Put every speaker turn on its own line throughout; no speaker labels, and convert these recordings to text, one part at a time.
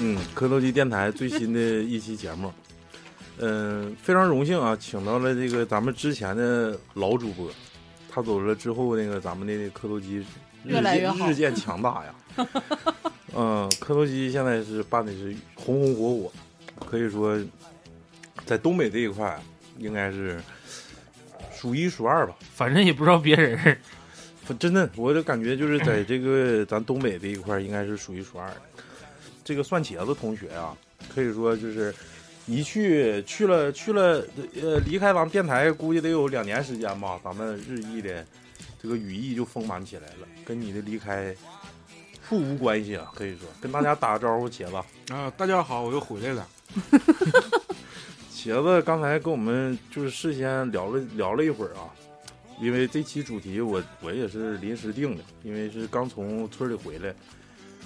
嗯磕头机电台最新的一期节目。 嗯、非常荣幸啊，请到了这个咱们之前的老主播，他走了之后，那个咱们的磕头机日
越来
渐
越好
日渐强大 呀。嗯，磕头机现在是办的是红红火火，可以说在东北这一块应该是数一数二吧。
反正也不知道别人儿。
真的，我就感觉就是在这个咱东北这一块，应该是数一数二的。这个蒜茄子同学啊，可以说就是一去去了去了，呃，离开咱们电台估计得有两年时间吧，咱们日益的这个语义就丰满起来了，跟你的离开互无关系啊，可以说跟大家打个招呼，茄子。
啊，大家好，我又回来了。
茄子刚才跟我们就是事先聊了聊了一会儿啊，因为这期主题我我也是临时定的，因为是刚从村里回来，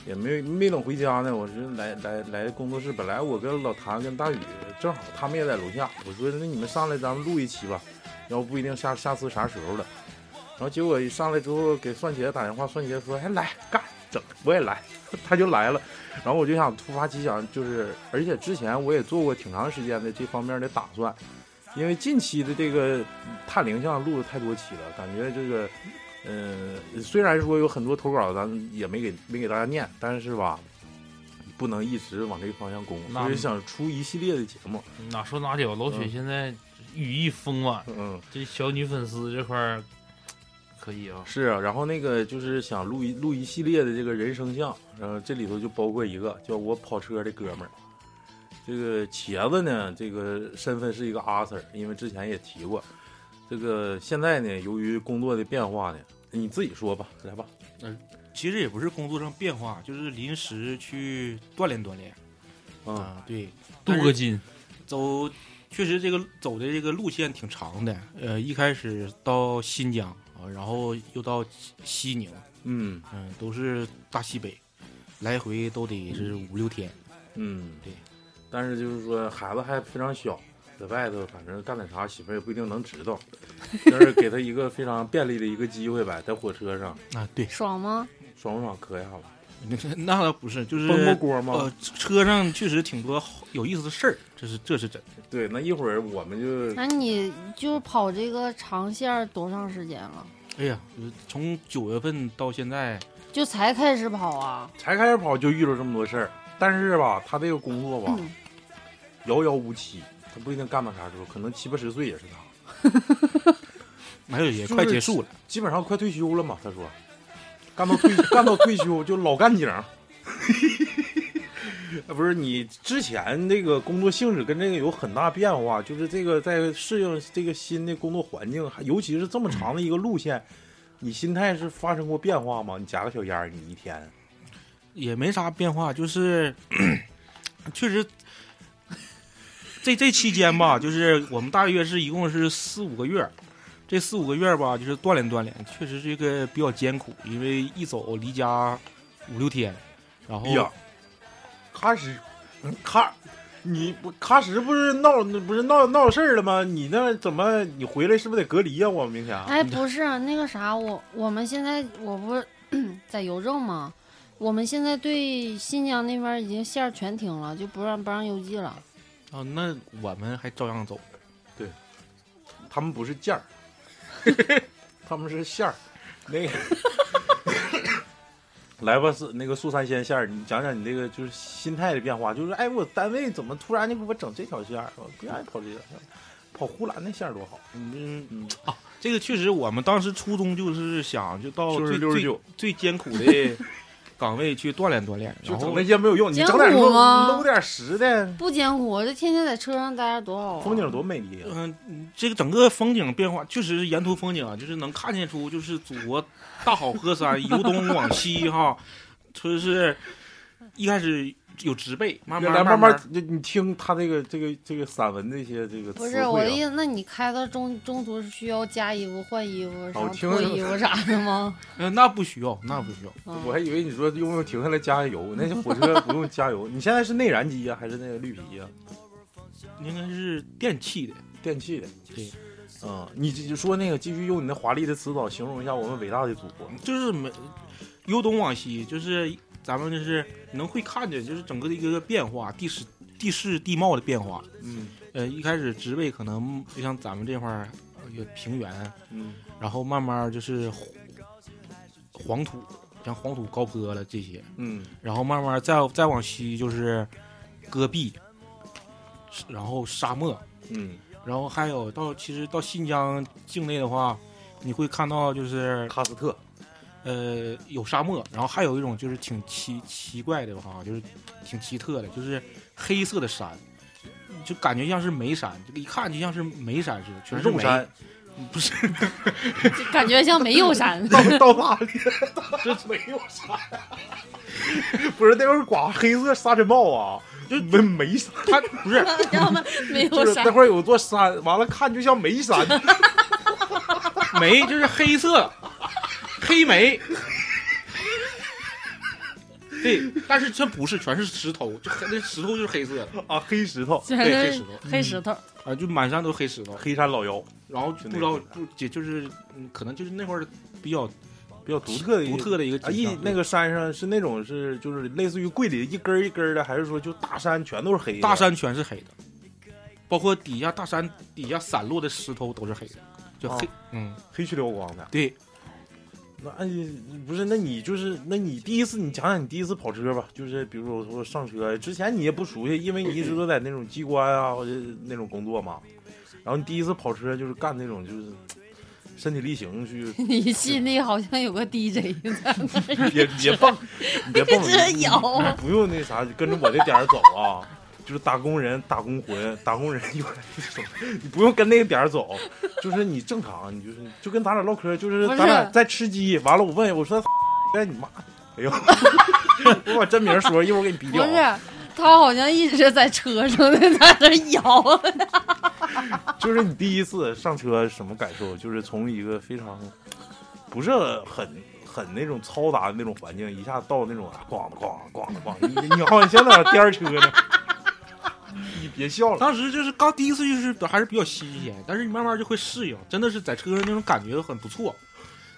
也没没等回家呢，我是来来来工作室，本来我跟老谭跟大宇正好他们也在楼下，我说那你们上来咱们录一期吧，要不一定下下次啥时候了。然后结果一上来之后给蒜茄打电话，蒜茄说哎来干整我也来，他就来了。然后我就想突发奇想，就是而且之前我也做过挺长时间的这方面的打算，因为近期的这个探灵像录了太多期了，感觉这个，呃，虽然说有很多投稿咱也没给没给大家念，但是吧，不能一直往这个方向攻，
那
所以想出一系列的节目，
哪说哪了，老雪
嗯
现在羽翼丰满，
嗯。
这小女粉丝这块儿可以啊。
是啊，然后那个就是想录一录一系列的这个人生像，然后这里头就包括一个叫我跑车的哥们儿。这个茄子呢，这个身份是一个阿 Sir，因为之前也提过。这个现在呢，由于工作的变化呢，你自己说吧，来吧。
其实也不是工作上变化，就是临时去锻炼锻炼
嗯，
啊。对，
镀个金，
走，确实这个走的这个路线挺长的。呃，一开始到新疆啊，然后又到西西宁，
嗯
嗯、都是大西北，来回都得是五六天。
嗯，
对。
但是就是说，孩子还非常小，在外头反正干点啥，媳妇儿也不一定能知 道。但是给他一个非常便利的一个机会呗，在火车上
啊，对，
爽吗？
爽不爽？磕一下吧，
那那倒不是，就是
崩过锅吗？
呃，车上确实挺多好有意思的事儿，这是这是真的。
对，那一会儿我们就
那你就跑这个长线儿多长时间了？
哎呀，就是从九月份到现在，
就才开始跑啊？
才开始跑就遇到这么多事儿，但是吧，他这个工作吧，
嗯
遥遥无期，他不一定干到啥时候，可能七八十岁也是他，
哎呦，也
就是
快结束了。
基本上快退休了嘛。他说，干到退干到退休就老干 警。不是你之前那个工作性质跟这个有很大变化，就是这个在适应这个新的工作环境，还尤其是这么长的一个路线，你心态是发生过变化吗？你夹个小烟儿，你一天
也没啥变化，就是 确实这这期间吧，就是我们大约是一共是四五个月，这四五个月吧，就是锻炼锻炼，确实这个比较艰苦，因为一走离家五六天，然后
哎呀，喀什，喀，嗯你不喀什不是闹不是闹闹事儿了吗？你那怎么你回来是不是得隔离呀、我明天啊
哎，不是那个啥，我我们现在我不是 在邮政吗？我们现在对新疆那边儿已经线儿全停了，就不让不让邮寄了。
啊，那我们还照样走，
他们不是 件儿，他们是馅儿。那个，来吧，是那个素三鲜馅儿，你讲讲你这个就是心态的变化，就是哎，我单位怎么突然就给我整这条线儿？我不愿意跑这条线儿，跑呼兰那线儿多好。
嗯。
嗯，
这个确实，我们当时初衷就是想，就到
就是
最
69
最最艰苦的岗位去锻炼锻炼，
就
然
整
后
那些没有用，你
艰
整点
苦
搂
吗
搂点实的，
不艰苦，我这天天在车上待着多好啊！
风景多美丽啊！
嗯、这个整个风景变化，确实是沿途风景啊，就是能看见出，就是祖国大好河山， 由东往西哈，就是一开始有植被，慢慢
来
慢
慢，你你听他这个这个这个散文这些这个
不
词
是我的意
汇啊，
思，那你开到中中途是需要加衣服、换衣服、啥
哦我听
脱
着
衣服啥的吗？
呃那不需要，那不需要，
嗯
我还以为你说用不用停下来加油，那些火 车不用加油。你现在是内燃机呀、还是那个绿皮呀、啊
应该是电器的。
电器的？
对，
嗯，你就说那个继续用你那华丽的词藻形容一下我们伟大的祖国。
就是没由东往西，就是咱们就是能会看见，就是整个的一个变化，地势、地势、地貌的变化。
嗯
呃，一开始植被可能就像咱们这块儿呃有平原，
嗯
然后慢慢就是黄黄土，像黄土高坡了这些，
嗯
然后慢慢再再往西就是戈壁，是然后沙漠，
嗯，
然后还有到其实到新疆境内的话，你会看到就是
喀斯特，
呃有沙漠，然后还有一种就是挺奇奇怪的哈，就是挺奇特的，就是黑色的山。就感觉像是煤山，这个一看就像是煤山似的，全是
肉
煤，
山，
不是
就感觉像没有山。
到大理， 这没有啥。不是那会儿刮黑色沙尘暴啊，就没没啥，
它不是
要么 没
就
有
是
山
那，会儿有座山，完了看就像没山，
煤，就是黑色，黑煤。对，但是这不是，全是石头，就黑那石头就是黑色的
啊，黑石头，嗯
全
对黑
是
石头
黑石头。
啊，就满山都是黑石头。
黑山老妖，
然后不知道就就就是，嗯可能就是那会儿比较
比较独特的一
独特的一个
啊，
景
一
象
那个山上是那种是就是类似于桂林一根儿一根儿的，还是说就大山全都是黑的？
大山全是黑的，包括底下大山底下散落的石头都是黑的，就
哦
黑、嗯
黑黢溜光的。
对，
那哎不是，那你就是那你第一次你讲讲你第一次跑车吧，就是比如说我说上车之前你也不熟悉，因为你一直都在那种机关啊或者那种工作嘛，然后你第一次跑车就是干那种就是身体力行去
你心里好像有个 DJ 在那儿
也也蹦， 你
哎
别蹦
一，直
嗯
摇。
你 不用那啥，跟着我的点儿走啊。就是打工人、打工魂、打工人一块儿走，你不用跟那个点儿走，就是你正常，你就是就跟咱俩唠嗑，就是
不是
咱俩在吃鸡，完了我问我说， 哎你妈，哎呦， 我把真名说，一会儿我给你逼
不
掉啊
是，他好像一直在车上的在那儿摇。
就是你第一次上车什么感受？就是从一个非常不是很很那种嘈杂的那种环境，一下到那种啊咣的咣的咣的咣的，你你好像像那颠儿车呢。 你别笑了，
当时就是刚第一次就是比还是比较新鲜，但是你慢慢就会适应，真的是在车上那种感觉很不错。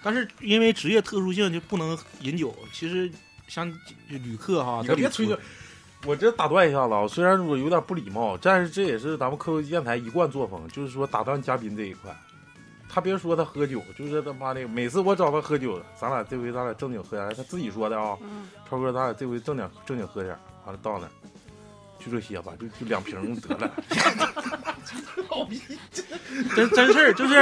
但是因为职业特殊性就不能饮酒，其实像旅客哈，
你
在
可别
旅途
吹牛。我这打断一下子啊，虽然我有点不礼貌，但是这也是咱们科技电台一贯作风，就是说打断嘉宾这一块。他别说他喝酒，就是他妈的，每次我找他喝酒，咱俩这回咱俩正经喝点儿，他自己说的啊、超哥，咱俩这回正经正经喝点儿，完了到那儿就这些吧，就就两瓶得了。
真真事儿，就是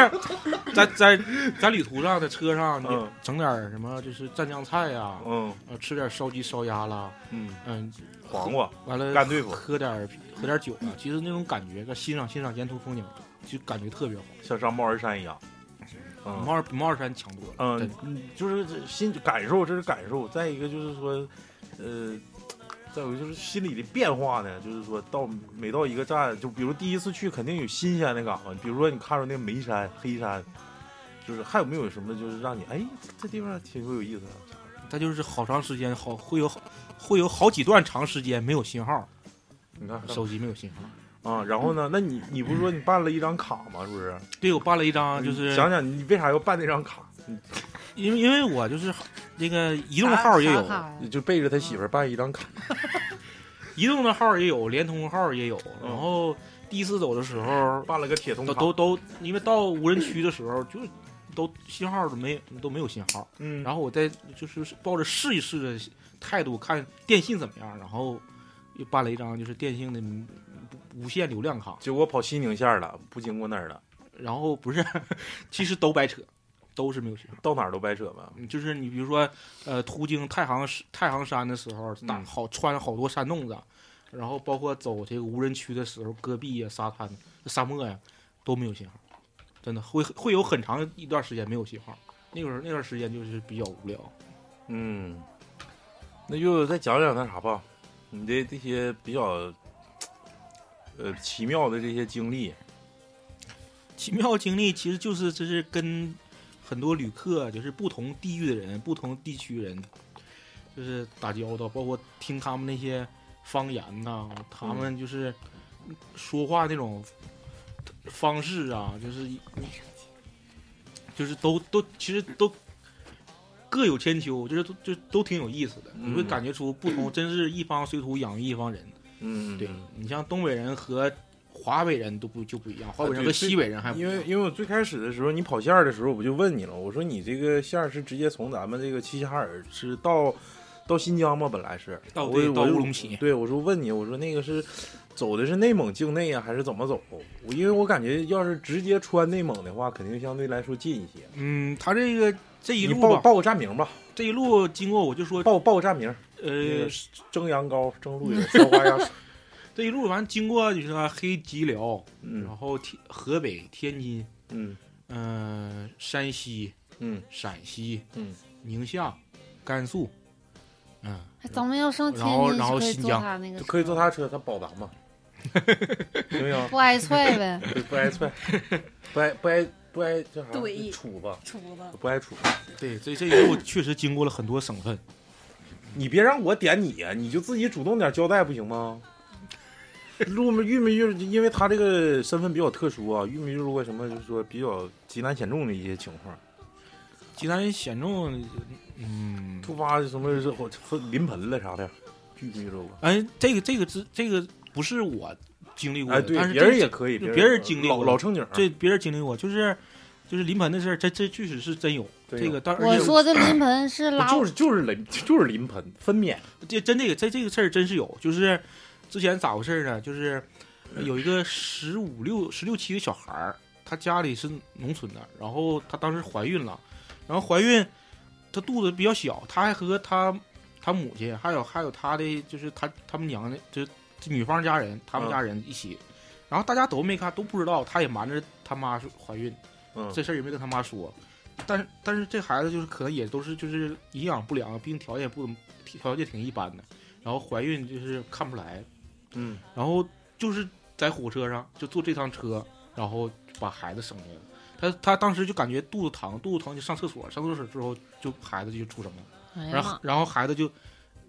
在在在旅途上，在车上，你
嗯
整点儿什么，就是蘸酱菜呀、
嗯
呃吃点烧鸡烧鸭啦，
嗯，
嗯，
黄瓜
完了
干对付，
喝点儿喝点儿酒啊，其实那种感觉，在欣赏欣赏沿途风景，就感觉特别好，
像上帽儿山一样。
比
嗯
猫二比猫二山强多了。
嗯
真的，
嗯就是这心感受，这是感受。再一个就是说，呃，再有就是心理的变化呢，就是说到每到一个站，就比如第一次去肯定有新鲜的感觉，比如说你看着那眉山、黑山，就是还有没有什么就是让你哎这地方挺有意思的？
它就是好长时间，好会有好会有好几段长时间没有信号，
你看
手机没有信号。
啊，然后呢？那你你不是说你办了一张卡吗？是不是？
对我办了一张，嗯就
你
是
想想你为啥要办那张卡？
因为因为我就是那个移动号也有，
啊
你就背着他媳妇儿办一张卡。
移动的号也有，联通号也有。然后第一次走的时候，
办了个铁通
都都都，因为到无人区的时候，就都信号都没都没有信号。
嗯，
然后我再就是抱着试一试的态度，看电信怎么样，然后又办了一张就是电信的无无限流量卡。
结果跑西宁线了，不经过那儿了，
然后不是， 其实都白扯，都是没有信号。
到哪儿都白扯吧。
嗯就是你比如说，呃，途经太行山太行山的时候，大
嗯
好穿好多山洞子，然后包括走这个无人区的时候，戈壁呀、沙滩、沙漠呀、都没有信号，真的会会有很长一段时间没有信号。那会儿那段时间就是比较无聊，
嗯，那就再讲讲那啥吧，你的这些比较呃奇妙的这些经历。
奇妙经历其实就是这是跟很多旅客，就是不同地域的人、不同地区人，就是打交道，包括听他们那些方言呐、他们就是说话那种方式啊，就是就是都都其实都各有千秋，就是都就都挺有意思的，
嗯
你会感觉出不同，真是一方水土养育一方人。
嗯，
对
嗯
你像东北人和华北人都不就不一样，华北人
对
和
最
西北人还不一
因
样
为因为我最开始的时候，你跑线儿的时候，我就问你了，我说你这个线儿是直接从咱们这个齐齐哈尔是到到新疆吗？本来是
到
我
对
我
到
就
乌鲁木齐
对我说问你，我说那个是走的是内蒙境内啊，还是怎么走？我因为我感觉要是直接穿内蒙的话，肯定相对来说近一些。
嗯，他这个这一
你
路
报
吧，
报个站名吧，
这一路经过我就说，
报报个站名，那
呃
个，蒸羊羔、蒸鹿油、 烧花鸭血，
这一路完经过就是说黑吉辽，
嗯
然后天河北、天津，
嗯
嗯、山西、
嗯
陕西、
嗯，
宁夏、甘肃，嗯，
哎咱们要上天
然后
津
然后
就可以
新
坐
疆
他那个
就可以坐他车，他保咱 嘛，行不行？
不挨踹呗。
不不 挨踹，不挨不挨不挨叫啥？
怼
杵吧，
厨子，
不爱杵。
对，这这一路确实经过了很多省份。
你别让我点你呀，你就自己主动点交代不行吗？录没遇没遇，因为他这个身份比较特殊啊，遇没遇过什么就是说比较极难险重的一些情况，
嗯济南显重，嗯，
突发什么是火临盆了啥的，遇没遇着啊过？
哎，这个这个这这个不是我经历过的，
哎，对
但，是
别人
这
也可以，
这
别
别人经历
老
过
老正经儿，
这别人经历过，就是就是临盆的事儿，这这确实是真有。
真
这
有
个当
我
然
说的临盆是拉
就是就是临就是临盆分娩，
这真这个这这个事儿真是有，就是之前咋回事儿呢？就是
嗯
有一个十五六十六七的小孩儿，他家里是农村的，然后她当时怀孕了，然后怀孕，她肚子比较小，她还和她她母亲还有还有她的就是她他们娘的，就是女方家人，他们
嗯
家人一起。然后大家都没看，都不知道，她也瞒着她妈说怀孕，
嗯，
这事儿也没跟他妈说，但是但是这孩子就是可能也都是就是营养不良，毕竟条件不怎么条件挺一般的，然后怀孕就是看不出来，
嗯
然后就是在火车上就坐这趟车，然后把孩子生下来了。他他当时就感觉肚子疼，肚子疼就上厕所，上厕所之后就孩子就出生了，
哎呀
然后
妈，
然后孩子就，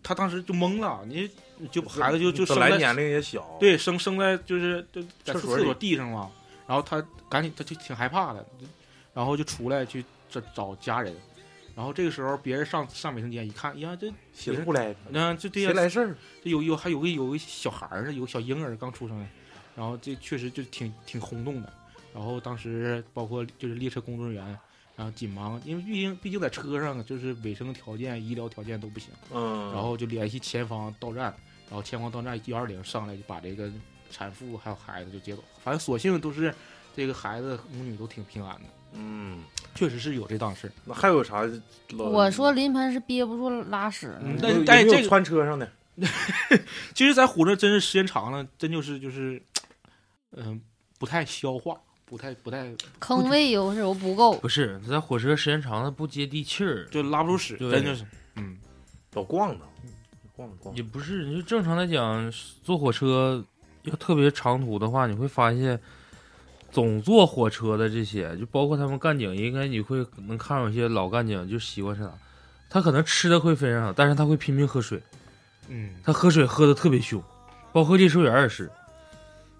他当时就懵了，你就孩子就就生
本来
在
年龄也小，，
对，生生在就是就
厕
在厕
所
厕
里
所地上了，然后他赶紧他就挺害怕的，然后就出来去找找家人，然后这个时候别人上上卫生间一看，哎呀这
写出来，
那这对
谁
呀，
来事儿？
这有有还有个有个小孩儿呢，有个小婴儿刚出生来，然后这确实就挺挺轰动的，然后当时包括就是列车工作人员。然后紧忙，因为毕竟毕竟在车上，啊就是卫生条件、医疗条件都不行。
嗯，
然后就联系前方到站，然后前方到站幺二零上来就把这个产妇还有孩子就接走，反正所幸都是这个孩子母女都挺平安的，
嗯，
确实是有这档事。
那还有啥？老
我说临盆是憋不住拉屎了
嗯
有
但
有
但
没
这
有
个
穿车上的，
其实，在火车真是时间长了，真就是就是，嗯、不太消化，不太不太
坑位有时候不够，
不是他在火车时间长了不接地气儿，
就拉不出屎，
对
真就是，嗯，
老逛呢，逛逛
也。不是，你就正常来讲，坐火车要特别长途的话，你会发现，总坐火车的这些，就包括他们干警，应该你会能看到有些老干警就习惯是啥，他可能吃的会非常少，但是他会拼命喝水，
嗯，
他喝水喝的特别凶，包括列车员也是，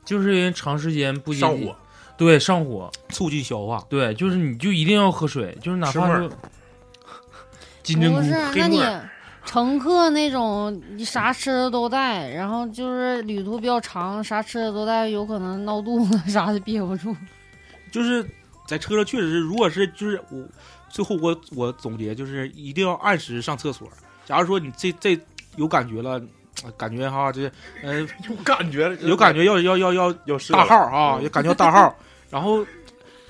就是因为长时间不接
上
地
火，
对上火，
促进消化。
对，就是你就一定要喝水，就是哪怕
吃
就金针菇
不是？
黑
那
木
你
耳，
乘客那种你啥吃的都带，然后就是旅途比较长，啥吃的都带，有可能闹肚子 啥的憋不住。
就是在车上确实是，如果是就是我最后我我总结就是一定要按时上厕所。假如说你这这有感觉了，呃感觉哈这呃
有感觉，
有感，觉要要要要
有事
大号哈，
嗯
有感觉要大号，然后。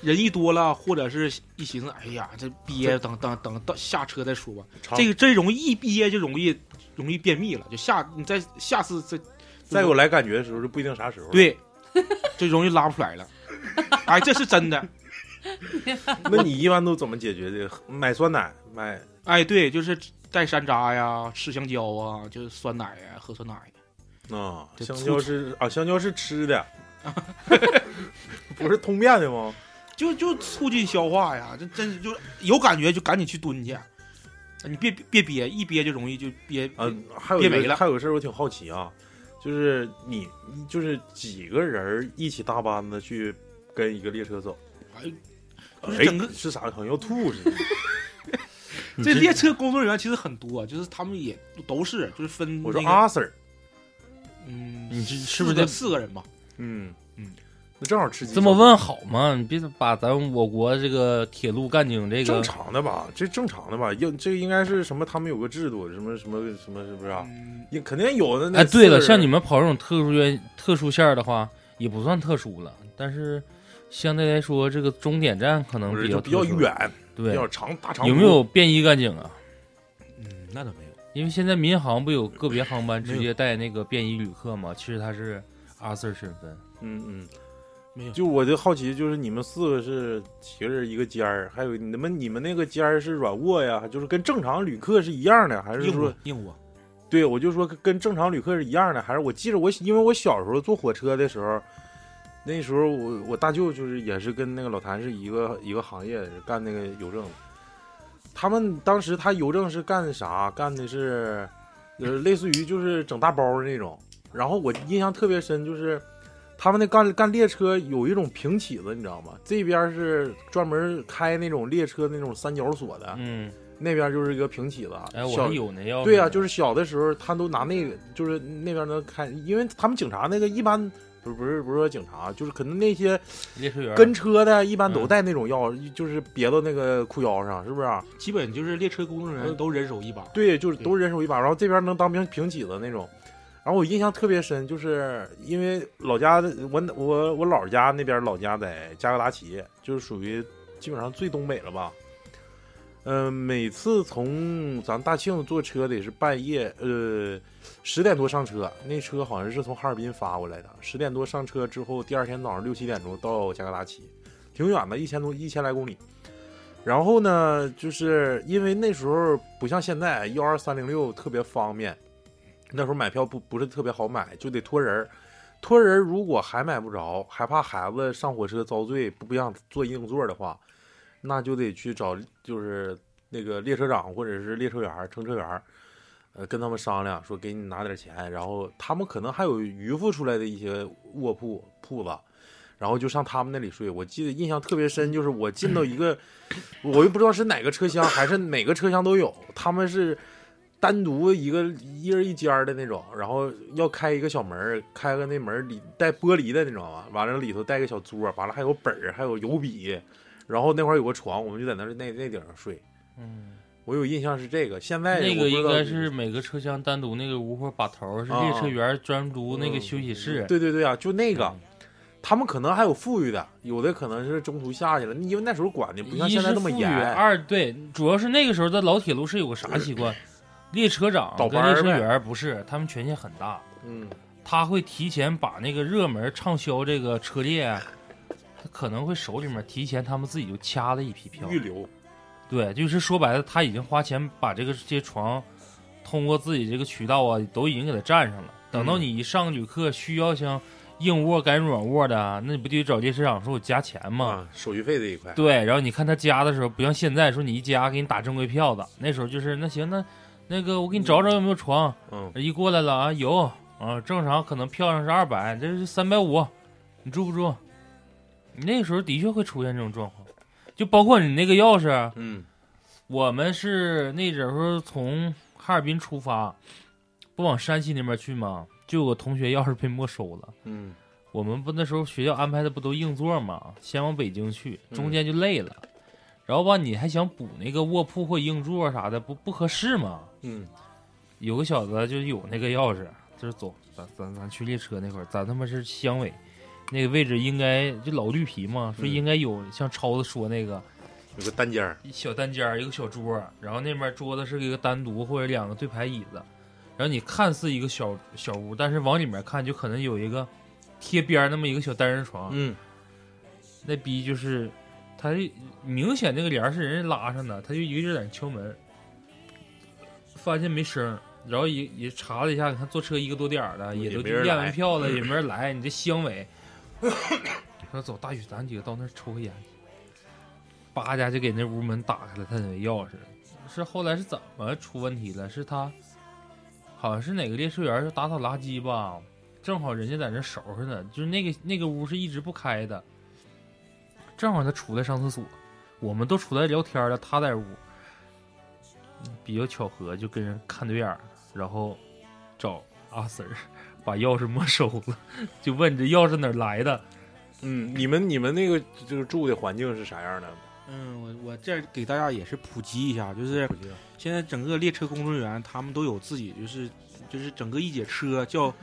人一多了，或者是一寻思，哎呀，这憋，等等等到下车再说吧。这
个
个真容易一憋就容易容易便秘了，就下你再下次再
再有来感觉的时候就不一定啥时候了。
对， 就容易拉不出来了。哎，这是真的。
那你一般都怎么解决这个？买酸奶，买
哎，对，就是带山楂呀，吃香蕉啊，就是酸奶呀，喝酸奶呀。
啊，
这
香
醋
蕉是啊，香蕉是吃的，不是通便的吗？
就就促进消化呀，这真是就有感觉就赶紧去蹲去，你别别憋，一憋就容易就憋。
啊，还有一
别没
个
了
还有个事儿我挺好奇啊，就是你就是几个人儿一起搭班子去跟一个列车走，
哎就是
哎
整个
是啥？好像要吐似的。
你
这列车工作人员其实很多，啊就是他们也都是就是分
我说啊
那个
阿 Sir，
嗯，
你是
四
是不是
个
得
四个人吧？
嗯
嗯，
那正好吃鸡
这么问好吗？你别把咱我国这个铁路干警这
正
个
常的吧？这正常的吧？要这应该是什么？他们有个制度，什么什么什么，是不是啊？
嗯，
也肯定有的。那
哎，对了，
四
像
人
你们跑这种特殊原特殊线儿的话，也不算特殊了，但是相对来说，这个终点站可能
不是
比
就
较
比较
特殊。
远，比
对，
较长，大长
有没
途
有便衣干警啊？
嗯，那倒没有。
因为现在民航不有个别航班直
没
接带那个便衣旅客嘛？其实他是阿 Sir 身份，
嗯嗯，
没有
就我就好奇，就是你们四个是斜着一个尖儿，还有你们你们那个尖儿是软卧呀，就是跟正常旅客是一样的，还是
硬
说
我硬我，
对我就说跟正常旅客是一样的，还是我记着我因为我小时候坐火车的时候，那时候我我大舅就是也是跟那个老谭是一个一个行业，干那个邮政的。他们当时他邮政是干的啥？干的是，呃，类似于就是整大包的那种。然后我印象特别深，就是他们那干干列车有一种平起子，你知道吗？这边是专门开那种列车那种三角锁的，
嗯，
那边就是一个平起子。
哎，
小
我还有那要
对呀、啊
呀，
就是小的时候他都拿那个，就是那边能看，因为他们警察那个一般不是不是不是说警察，就是可能那些
列车员
跟车的，一般都
嗯
带那种钥匙，就是别到那个裤腰上，是不是啊、
基本就是列车工作人
呃
员都人手一把。
对，就是都人手一把，然后这边能当平平起子那种。然后我印象特别深，就是因为老家的我我我姥儿家那边老家在加格达奇，就是属于基本上最东北了吧。嗯、每次从咱大庆坐车得是半夜，呃，十点多上车，那车好像是从哈尔滨发过来的。十点多上车之后，第二天早上六七点钟到加格达奇，挺远的，一千多一千来公里。然后呢，就是因为那时候不像现在幺二三零六特别方便，那时候买票不不是特别好买，就得托人儿。托人儿如果还买不着，还怕孩子上火车遭罪，不不让坐硬座的话，那就得去找就是那个列车长或者是列车员儿、乘车员儿，呃，跟他们商量说给你拿点钱，然后他们可能还有余付出来的一些卧铺铺子，然后就上他们那里睡。我记得印象特别深，就是我进到一个，我又不知道是哪个车厢，还是每个车厢都有，他们是单独一个一人一间儿的那种，然后要开一个小门儿，开个那门儿里带玻璃的那种啊，完了里头带个小桌儿，完了还有本儿，还有油笔，然后那块儿有个床，我们就在那那那顶上睡。
嗯，
我有印象是这个，现在
那
哎我
个
不知
应
道
该是每个车厢单独那个屋或把头是
啊
列车员专独那个休息室，嗯
对对对啊，就那个，他们可能还有富裕的，有的可能是中途下去了，因为那时候管的不像
一
现在
是
那么
富裕，
严。
二对，主要是那个时候的老铁路是有个啥 习惯，列车长
倒
跟
班儿
列车
呗
员不是，他们权限很大，
嗯，
他会提前把那个热门畅销这个车列啊，他可能会手里面提前他们自己就掐了一批票，
预留。
对，就是说白了，他已经花钱把这个这些床通过自己这个渠道啊，都已经给他占上了。等
嗯
到你上旅客需要像硬卧改软卧的啊，那你不就得找列车长说我加钱吗？
啊，手续费这一块，
对，然后你看他加的时候，不像现在说你一加给你打正规票子，那时候就是那行那那个我给你找找有没有床，
嗯，
一过来了啊有啊，正常可能票上是二百，这是三百五，你住不住？你那个时候的确会出现这种状况，就包括你那个钥匙，
嗯，
我们是那时候从哈尔滨出发，不往山西那边去吗？就有个同学钥匙被没收了。
嗯，
我们不那时候学校安排的不都硬座吗？先往北京去，
嗯
中间就累了，然后吧，你还想补那个卧铺或硬座啥的，不不合适吗？
嗯，
有个小子就有那个钥匙，就是走，咱咱咱去列车那块儿，咱他妈是乡尾，那个位置应该就老绿皮嘛，说
嗯
应该有像超子说那个，
有个单间儿，
一小单间儿，一个小桌儿，然后那边桌子是一个单独或者两个对排椅子，然后你看似一个小小屋，但是往里面看就可能有一个贴边儿那么一个小单人床，
嗯，
那逼就是他明显那个帘儿是人家拉上的，他就一个劲儿在那敲门，发现没声儿，然后也也查了一下，你看坐车一个多点儿了，
也
也都
没人
验
来
完票 了，也没人来，你这乡尾，说走大宇，咱几个到那儿抽个烟去，叭家就给那屋门打开了，他那钥匙是后来是怎么出问题了？是他好像是哪个列车员就打扫垃圾吧，正好人家在那收拾呢，就是那个那个屋是一直不开的，正好他出来上厕所，我们都出来聊天了，他在屋，比较巧合，就跟人看对眼儿，然后找阿 Sir 把钥匙没收了，就问这钥匙哪儿来的。
嗯，你们你们那个就是住的环境是啥样的？
嗯，我我这儿给大家也是普及一下，就是
附近
现在整个列车工作人员他们都有自己就是就是整个一节车叫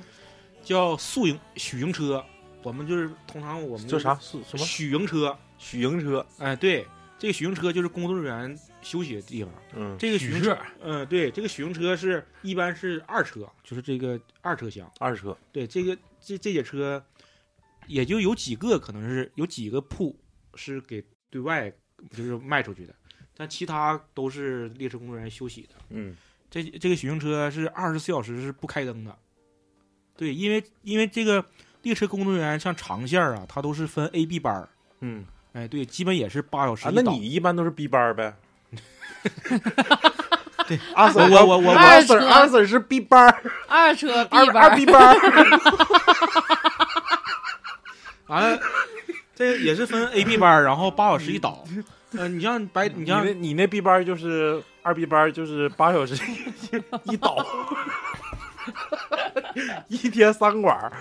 叫宿营许营车，我们就是通常我们
叫啥？是什么？
许营车，
许营车？
哎，对，这个许营车就是工作人员休息的地方。
嗯，
这个许
许
营
是
车，嗯，对，这个许营车是一般是二车，就是这个二车厢。
二车。
对，这个这这节车也就有几个，可能是有几个铺是给对外就是卖出去的，但其他都是列车工作人员休息的。
嗯，
这这个巡行车啊是二十四小时是不开灯的。对，因为因为这个列车工作人员像长线儿啊，它都是分 A、B 班儿。
嗯
哎，对，基本也是八小时
啊，
一
那
倒
你一般都是 B 班 呗？
对，
阿 Sir，
我我我我
阿 Sir，阿 Sir 是 B 班，
二车 B
二
班
二
儿
B 班。
完了，这也是分 A、B 班儿，然后八小时一倒。呃，你像白，你
你
像
那你那 B 班就是二 B 班，就是八小时一倒， 一天三管儿。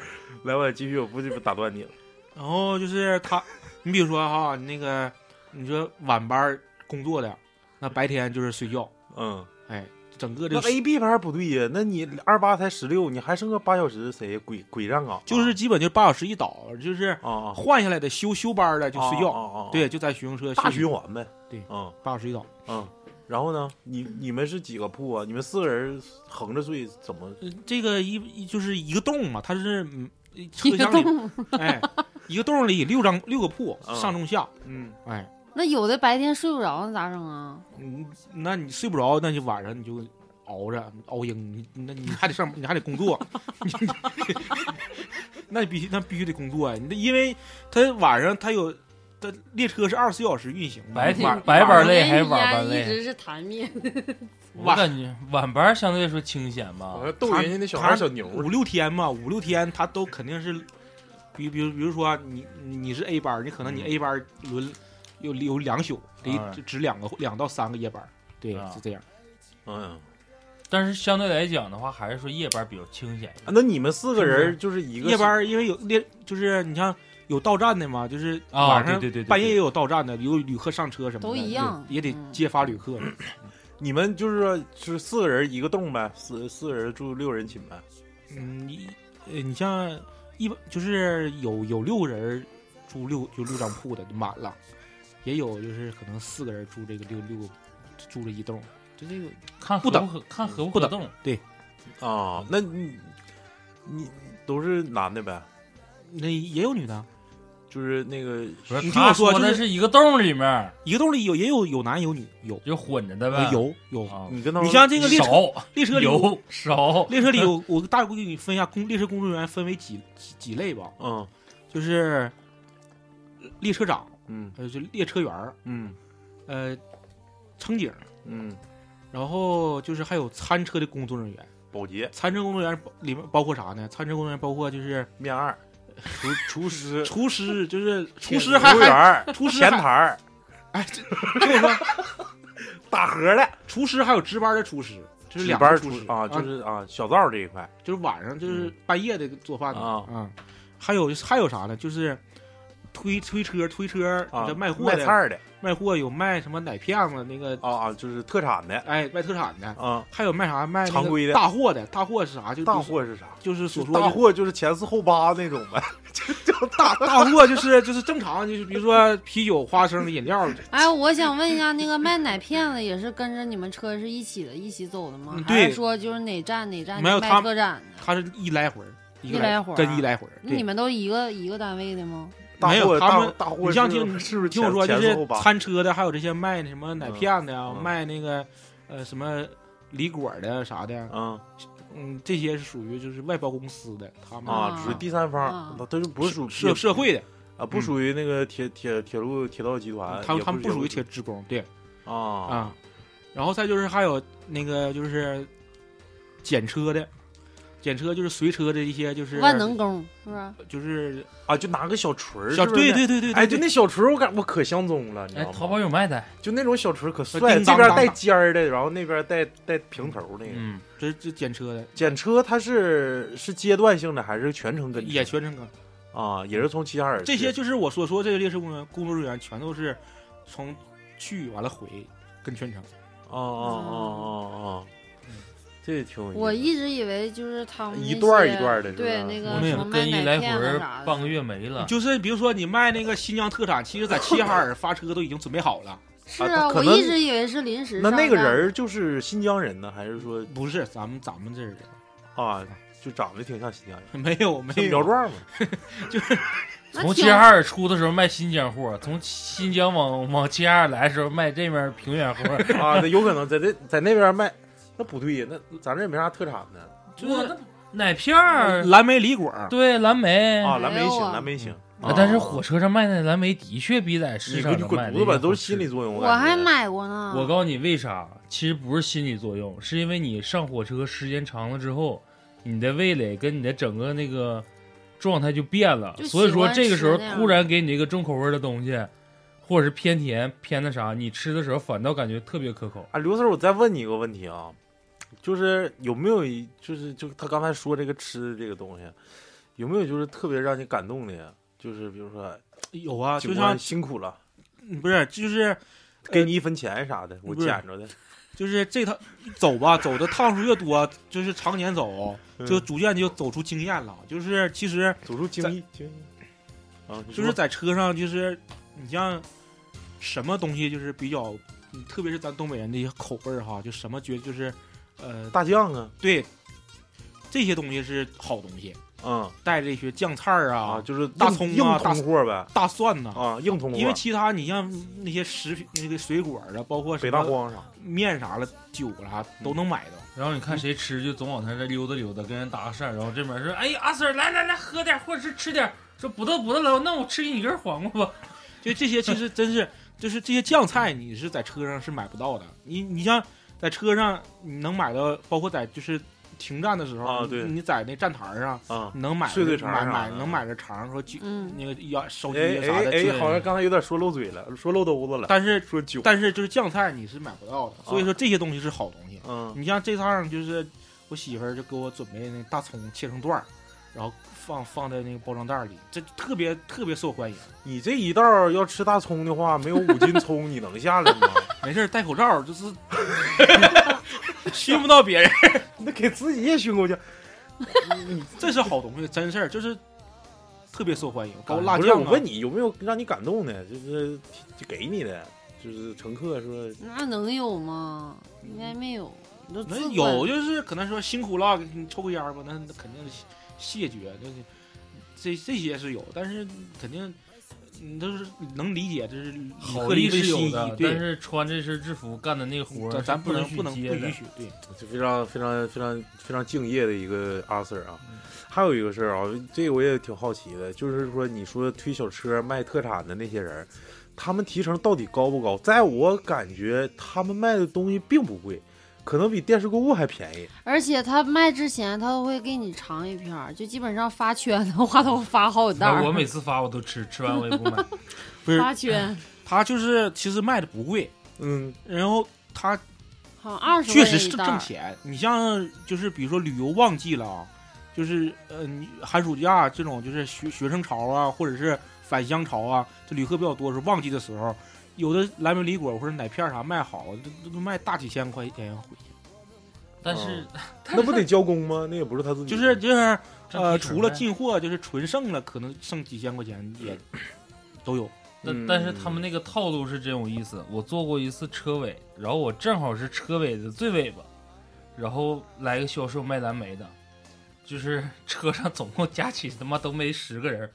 来吧，继续，我不不打断你了。
然后就是他，你比如说哈，你那个你说晚班儿工作的，那白天就是睡觉，
嗯，
哎，整个这
那
个
A B 班不对呀，那你二八才十六，你还剩个八小时，谁鬼鬼上岗？
就是基本就八小时一倒，就是
啊啊，
换下来的休休班儿的就睡觉，
啊啊啊，
对，就在巡车
大
休息
循环呗。
对
嗯
八小时一倒。
嗯。然后呢？你你们是几个铺啊？你们四个人横着睡怎么？
呃这个一一就是一个洞嘛，它是嗯车
一个
厢里
洞。
哎，一个洞里六张六个铺，
嗯
上中下，
嗯，
哎，
那有的白天睡不着，那咋整啊？
嗯，那你睡不着，那就晚上你就熬着熬鹰，你那你还得上，你还得工作， 那必须那必须得工作呀、你这因为他晚上他有，他列车是二十四小时运行的，
白天
晚
白班
晚
儿累还是
我
晚
们
班累
一直是弹面，
我
晚
感觉晚班相对来说清闲吧，
像逗
人
家那小
孩儿
小牛
五六天嘛，五六天他都肯定是，比比如比如说啊你你是 A 班儿，你可能你
嗯
A 班儿轮有有两宿，得
哎
值值两个两到三个夜班儿，对，
啊
是这样。
嗯，
但是相对来讲的话，还是说夜班比较清闲。
那你们四个
是不是
人就是一个
夜班儿因为有列，就是你像有到站的嘛，就是
啊
晚
对对
上
对对
半夜也有到站的，有旅客上车什么的，
都一样
也也得
嗯
揭发旅客。
你们就是说就是四个人一个洞呗，四四个人住六人寝呗。
嗯，你呃你像一般就是有有六个人住六就六张铺的就满了，也有就是可能四个人住这个六六个住了一栋，就这个
看合
不等
合看合
不
不合
等
动，
啊，那你你都是男的呗？
那也有女的，
就是那个
不是
你听
他
我说
的
就是
一个洞里面
一个栋里有也有有男有女，有
就混着的呗
呃，有有
啊，
你跟他
你像这个列车
少
列车 里有
有少，
列车里有我大概给你分一下工列车工作人员分为几几几类吧，
嗯
就是列车长，
嗯
呃，就列车员儿，
嗯
呃，乘警儿，
嗯，
然后就是还有餐车的工作人员。
保洁
餐车工作人员里面包括啥呢？餐车工作人员包括就是
面二， 厨厨师
厨师，就是厨师
服
还
务员
还
儿、
厨师
前
还
台儿
哎，这听我说，
打盒的，
厨师还有值班的厨师，就是
值
两
班
个
儿
厨师
啊，就是啊小灶这一块
就是晚上就是
嗯
半夜的做饭的
啊
嗯还有还有啥呢？就是推推车推车
啊，
这卖货
卖
的
菜儿的
卖货有卖什么奶片子那个
啊啊，就是特产的
哎卖特产的，
啊。
还有卖啥卖那个
常规的
大货的大货是啥？就是
大货是啥？
就是所说
大
的
货就是前四后八那种呗，就叫大
大货就是就是正常就是比如说啤酒花生饮料
哎，我想问一下，那个卖奶片子也是跟着你们车是一起的，一起走的吗？
嗯
还
对
是说就是哪站哪站
没有
卖
他
特站？
他是一来回儿，一个
一来回儿啊
跟一来回儿。
那
对
你们都一个一个单位的吗？
大
没有
货
他们，
大货
你像
是
听
是不是
听我
前
说，就
前四后
是
八
餐车的，还有这些卖那什么奶片的呀，
嗯嗯
卖那个呃什么梨果的啥的，
嗯
嗯，这些是属于就是外包公司的，他们
啊，属于第三
啊
方，它它就不是属
社社会的，
啊，不属于那个铁铁铁路铁道集团，
他们他们
啊不
不属于铁职工，对
啊
啊。然后再就是还有那个就是检车的，检车就是随车的一些就是
万能工是不是？
就是
啊，就拿个小锤儿，
小
是不是
对对对对，
哎，
对
就那小锤儿，我感我可相中了，你知
哎
道，
淘
吗？
宝有卖的，
就那种小锤儿可
呃
帅，
叮
这
当
边
当
带
当
尖儿的，然后那边带带平头那个。
嗯，
这这检车的
检车它是是阶段性的还是全程跟车
也全程跟。
啊？也是从齐齐哈尔
这些
去
就是我所说这些列车工人工作人员全都是从去完了回跟全程。
啊啊啊啊啊
嗯！
这挺有意思的
哦我一直以为就是他们
一
那
段儿
些
一段儿的是
对
吧
那个
没
什么
有
卖
跟一
奶
来
片子
回
啥的，
半个月没
啊
了，
就是比如说你卖那个新疆特产，其实在齐齐哈尔发车都已经准备好了。
是
啊
啊，
可
我
能
一直以为是临时
那
上
那个
的
人儿就是新疆人呢，还是说
不是咱们咱们这儿的，
啊，就长得挺像新疆人？
没有没
像苗
有，
壮嘛，
那
从齐
挺
齐哈尔出的时候卖新疆货，从新疆往往齐齐哈尔来的时候卖这面平原货，
啊，那有可能在这在那边卖，那不对呀，那咱这也没啥特产呢
就是奶片儿，
蓝莓梨果儿，
对蓝莓
啊，
没
蓝莓
有
行，
啊
蓝莓行。
啊
嗯
啊
但是火车上卖的蓝莓的确比在市
你
场
滚你
上
滚
卖的
犊子吧，
要
都
好
是心
吃
理作用。
我
感觉
还买过呢。
我告诉你为啥，其实不是心理作用，是因为你上火车时间长了之后，你的味蕾跟你的整个那个状态就变了，
就
所以
喜
说
欢
这个
吃
时候
那样
突然给你一个重口味的东西，或者是偏甜偏那啥，你吃的时候反倒感觉特别可口。
啊，刘 Sir，我再问你一个问题啊，就是有没有一就是就他刚才说这个吃的这个东西，有没有就是特别让你感动的呀？就是比如说，
有啊，就
警
像
官辛苦了，
嗯不是就是
给你一分钱啥的，我
不是
捡着的。
就是这趟走吧，走的趟数越多，就是常年走，就
嗯
逐渐就走出经验了。就是其实
走出经济经济啊，你
就
说
是在车上，就是你像什么东西就是比较，嗯特别是咱东北人的一些口味儿哈，就什么觉得就是，呃，
大酱啊，
对，这些东西是好东西，
嗯
带着一些酱菜儿
啊，
啊、
就是
大
硬
葱啊
硬
大
通货呗
大蒜呐、
啊，硬通货，
因为其他你像那些食品、那个水果儿啊，包括
北
什
大嗯
么
荒啥
面啥了、酒啥都能买到。
然后你看谁吃就总往他这溜达溜达，跟人搭个讪，然后这边说：“哎呀，阿 Sir，来来来，喝点或者是吃点。”说不得不得了，那我吃你一根黄瓜吧。
就这些，其实真是就是这些酱菜，你是在车上是买不到的。你你像在车上，你能买到，包括在就是停站的时候
啊
你
对
你在那站台上
啊。
你能买
碎碎肠
买
啥
买
的
能买着肠和酒，
嗯，
那个要烧
啊哎
鸡啊啥
哎哎，
的。
对
好像刚才有点说漏嘴了，说漏兜子了，
但是
说酒，
但是就是酱菜你是买不到的，所以
啊
说这些东西是好东西。
嗯
你像这趟就是我媳妇儿就给我准备那大葱切成段儿，然后放放在那个包装袋里，这特别特别受欢迎。
你这一道儿要吃大葱的话，没有五斤葱，你能下来吗？
没事儿戴口罩儿就是 熏不到别人。
那给自己也熏过去，
这是好东西，真事儿，就是特别受欢迎，包括辣
不是
酱、啊。
我问你有没有让你感动的，就是就给你的，就是乘客说
那能有吗？应该没有。你都
那
自
有
管
就是可能说辛苦了，你抽个烟儿吧，那那肯定是谢绝，就是这这些是有，但是肯定你都是能理解，这是旅
好
客
力
离
是有
心
的
意，，
但
对，
是穿这身制服干的那个活儿，
咱咱不能
不
不能不
接的
允许，对，
就非常非常非常非常敬业的一个阿 Sir 啊。还有一个事儿啊，这个我也挺好奇的，就是说你说推小车卖特产的那些人，他们提成到底高不高？在我感觉，他们卖的东西并不贵，可能比电视购物还便宜。
而且他卖之前，他都会给你尝一片儿，就基本上发圈的话都发好几袋
那
儿。
我每次发我都吃，吃完我也不 买。
不是
发圈，
他就是其实卖的不贵，
嗯，
然后他
好像二十
确实是
一袋
挣
儿。
钱。你像就是比如说旅游旺季了啊，就是呃你寒暑假这种就是学学生潮啊，或者是返乡潮啊，这旅客比较多的时候，旺季的时候，有的蓝莓梨果或者奶片儿啥卖好，这这都卖大几千块钱回去。
但是
那不得交工吗？那也不是他自己，
就是就是
嗯挣
呃，
提成
除了
呗嗯
进货，就是纯剩了，可能剩几千块钱也都有。
但
嗯
但是他们那个套路是真有意思。我坐过一次车尾，然后我正好是车尾的最尾巴，然后来个销售卖蓝莓的，就是车上总共加起他妈都没十个人。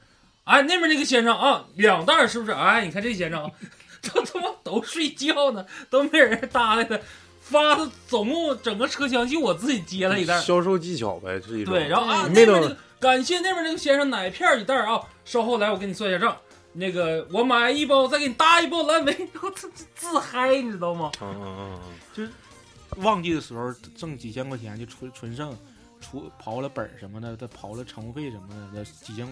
哎，那边那个先生啊，两袋儿是不是？哎，你看这先生啊， 都他妈都睡觉呢，都没人搭理他。发的总共整个车厢就我自己接了一袋儿，
销售技巧呗，是一种。
对，然后啊，
你
那
没
边那
等
个感谢那边那个先生奶片儿一袋儿啊，稍后来我给你算一下账。那个我买一包，再给你搭一包蓝莓， 然后自自自嗨，你知道吗？
嗯嗯嗯嗯。
旺季的时候挣几千块钱就纯纯剩，除刨了本儿什么的，再刨了乘务费什么的，几千，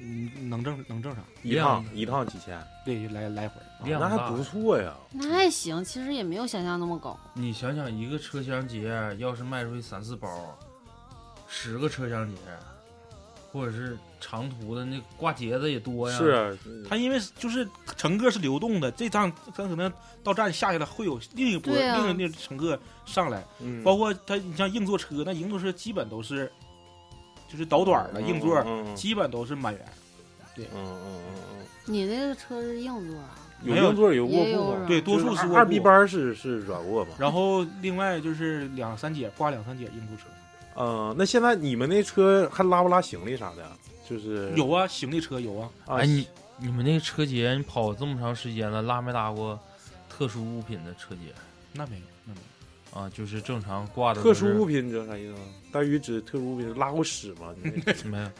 嗯，能挣能挣上，
一趟一趟几千，
对，就来来回儿啊
量
那还
大
不错呀。
那还行，其实也没有想象那么高。
你想想，一个车厢节要是卖出去三四包，啊十个车厢节，或者是长途的那挂节的也多呀。
是，啊，
他因为就是乘客是流动的，这趟他可能到站下去了，会有另一波、
对啊
另一另一乘客上来，
嗯
包括他，你像硬座车，那硬座车基本都是就是倒短儿的硬座，
嗯嗯
基本都是满员。
嗯嗯嗯嗯
你那个车是硬座啊？
嗯，有
没有
硬座有卧
也有
铺
软
吗？
对，多数
就是是
卧
二
铺嗯
B。班是是软卧嘛？
然后另外就是两三节挂两三节硬座车，
嗯，那现在你们那车还拉不拉行李啥的？就是
有啊，行李车有啊，
啊
哎，你你们那个车节，你跑这么长时间了，拉没拉过特殊物品的车节
那没有，那没有。
啊？就是正常挂的
特
都
殊
是
物品，你知道啥意思吗？大鱼指特殊物品拉过屎吗？你那
没有，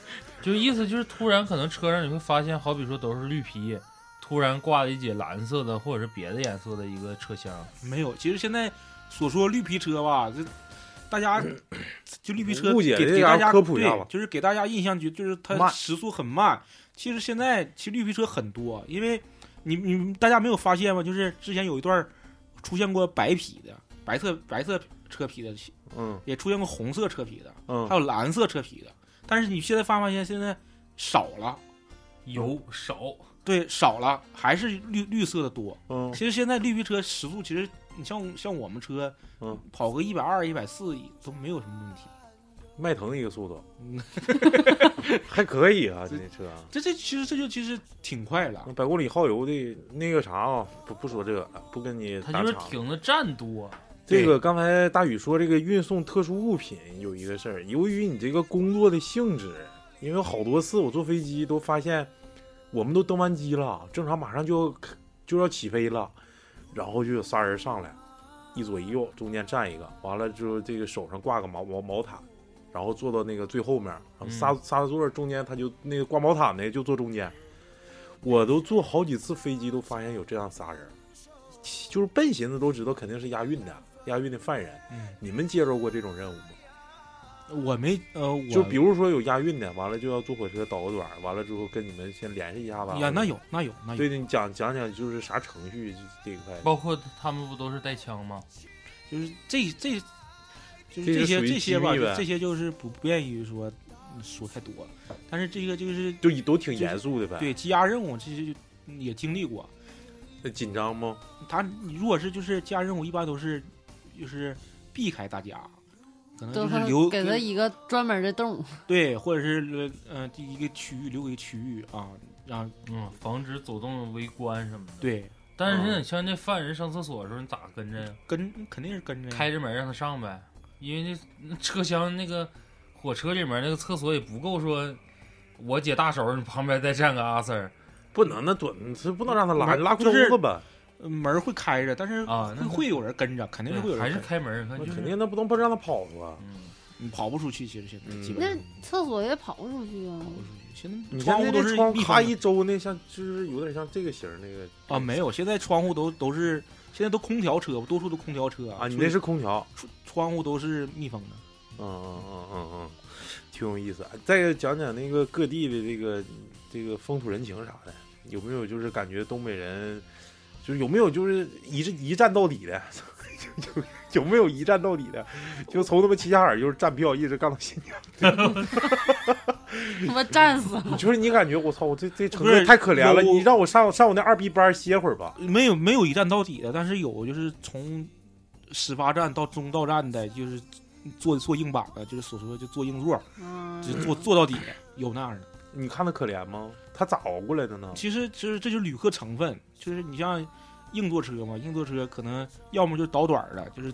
就意思就是突然可能车上你会发现，好比说都是绿皮，突然挂了一节蓝色的或者是别的颜色的一个车厢，
没有，其实现在所说绿皮车吧，这 大家就绿皮车
误解
给
这
给
家
大家
科普一下
对
吧
就是给大家印象就就是它
慢
时速很慢。其实现在其实绿皮车很多，因为你你大家没有发现吗？就是之前有一段儿出现过白皮的，白色白色车皮的，
嗯
也出现过红色车皮的，还
嗯，
有蓝色车皮的。但是你现在发没发现现在少了，嗯
油少，
对，少了，还是绿绿色的多。
嗯
其实现在绿皮车时速，其实你像像我们车，
嗯，
跑个一百二、一百四都没有什么问题。
迈腾一个速度
嗯，
还可以啊，这车啊。
这这其实这就其实挺快了
那，百公里耗油的那个啥啊，不不说这个了，不跟你
它
打
就是
岔。
停的站多。
这个刚才大宇说这个运送特殊物品有一个事儿，由于你这个工作的性质，因为好多次我坐飞机都发现，我们都登完机了，正常马上就要就要起飞了，然后就有仨人上来，一左一右，中间站一个，完了之后这个手上挂个毛毛毛毯，然后坐到那个最后面，然后
嗯
仨仨座儿中间他就那个挂毛毯的就坐中间，我都坐好几次飞机都发现有这样仨人，就是笨寻思都知道肯定是押运的，押运的犯人。
嗯，
你们接受过这种任务吗？
我没呃，我
嗯就比如说有押运的，完了就要坐火车倒个短儿，完了之后跟你们先联系一下吧。
呀，那有那有那有，
嗯对的，你讲讲讲就是啥程序这一块。
包括他们不都是带枪吗？
就是这这就
这
是这
是
些
属于
这些吧，
机密呗
这些就是不便于说说太多，但是这个就是
就都挺严肃的呗，
对积压任务，其实就也经历过。
那紧张吗？
他你如果是就是积压任务，一般都是就是避开大家，可能
都
就是
他
留
给他一个专门的洞，
对，或者是呃呃一个区域留给区域啊，然后
嗯，防止走动围观什么的。，
对嗯
但是你像那犯人上厕所的时候，你咋跟着呀？
跟肯定是跟着呀
开着门让他上呗，因为那那车厢那个火车里面那个厕所也不够说，我姐大手，你旁边再站个阿 Sir
不能，那准是不能让他拉，
门
拉裤兜子呗，
呃门儿会开着，但是
啊
会
那
会有人跟着，肯定是会有人
还
跟
是
着，
开门，
那
看就是
肯定那不能不让他跑啊。
嗯，
你跑不出去。其实现在
嗯
基本
那
上
厕所也跑不出去啊
跑。不出去，现
你看
在窗户
那
都
这
是
窗
密
咔
封
一
的
周，那像就是有点像这个型儿那个
啊，没有，现在窗户都都是现在都空调车，多数都空调车
啊，你那是空调，
出窗户都是密封的。
嗯嗯嗯嗯嗯，挺有意思。再讲讲那个各地的这个这个风土人情啥的，有没有就是感觉东北人，就是有没有就是一战一战到底的， 有有没有一战到底的？就从他妈齐齐哈尔就是站票一直干到新疆，
他妈战死了！
就是你感觉我操，我这这城
不
市
是
太可怜了，
有
你让我上上我那二 B 班歇会儿吧。
没有没有一站到底的，但是有就是从始发站到中道站的，就是坐坐硬板的，就是所说就坐硬座，
嗯
就是坐坐到底，有那样的。
你看他可怜吗？他咋熬过来的呢？
其实就是这就是旅客成分，就是你像硬座车嘛，硬座车可能要么就是倒短儿的，就是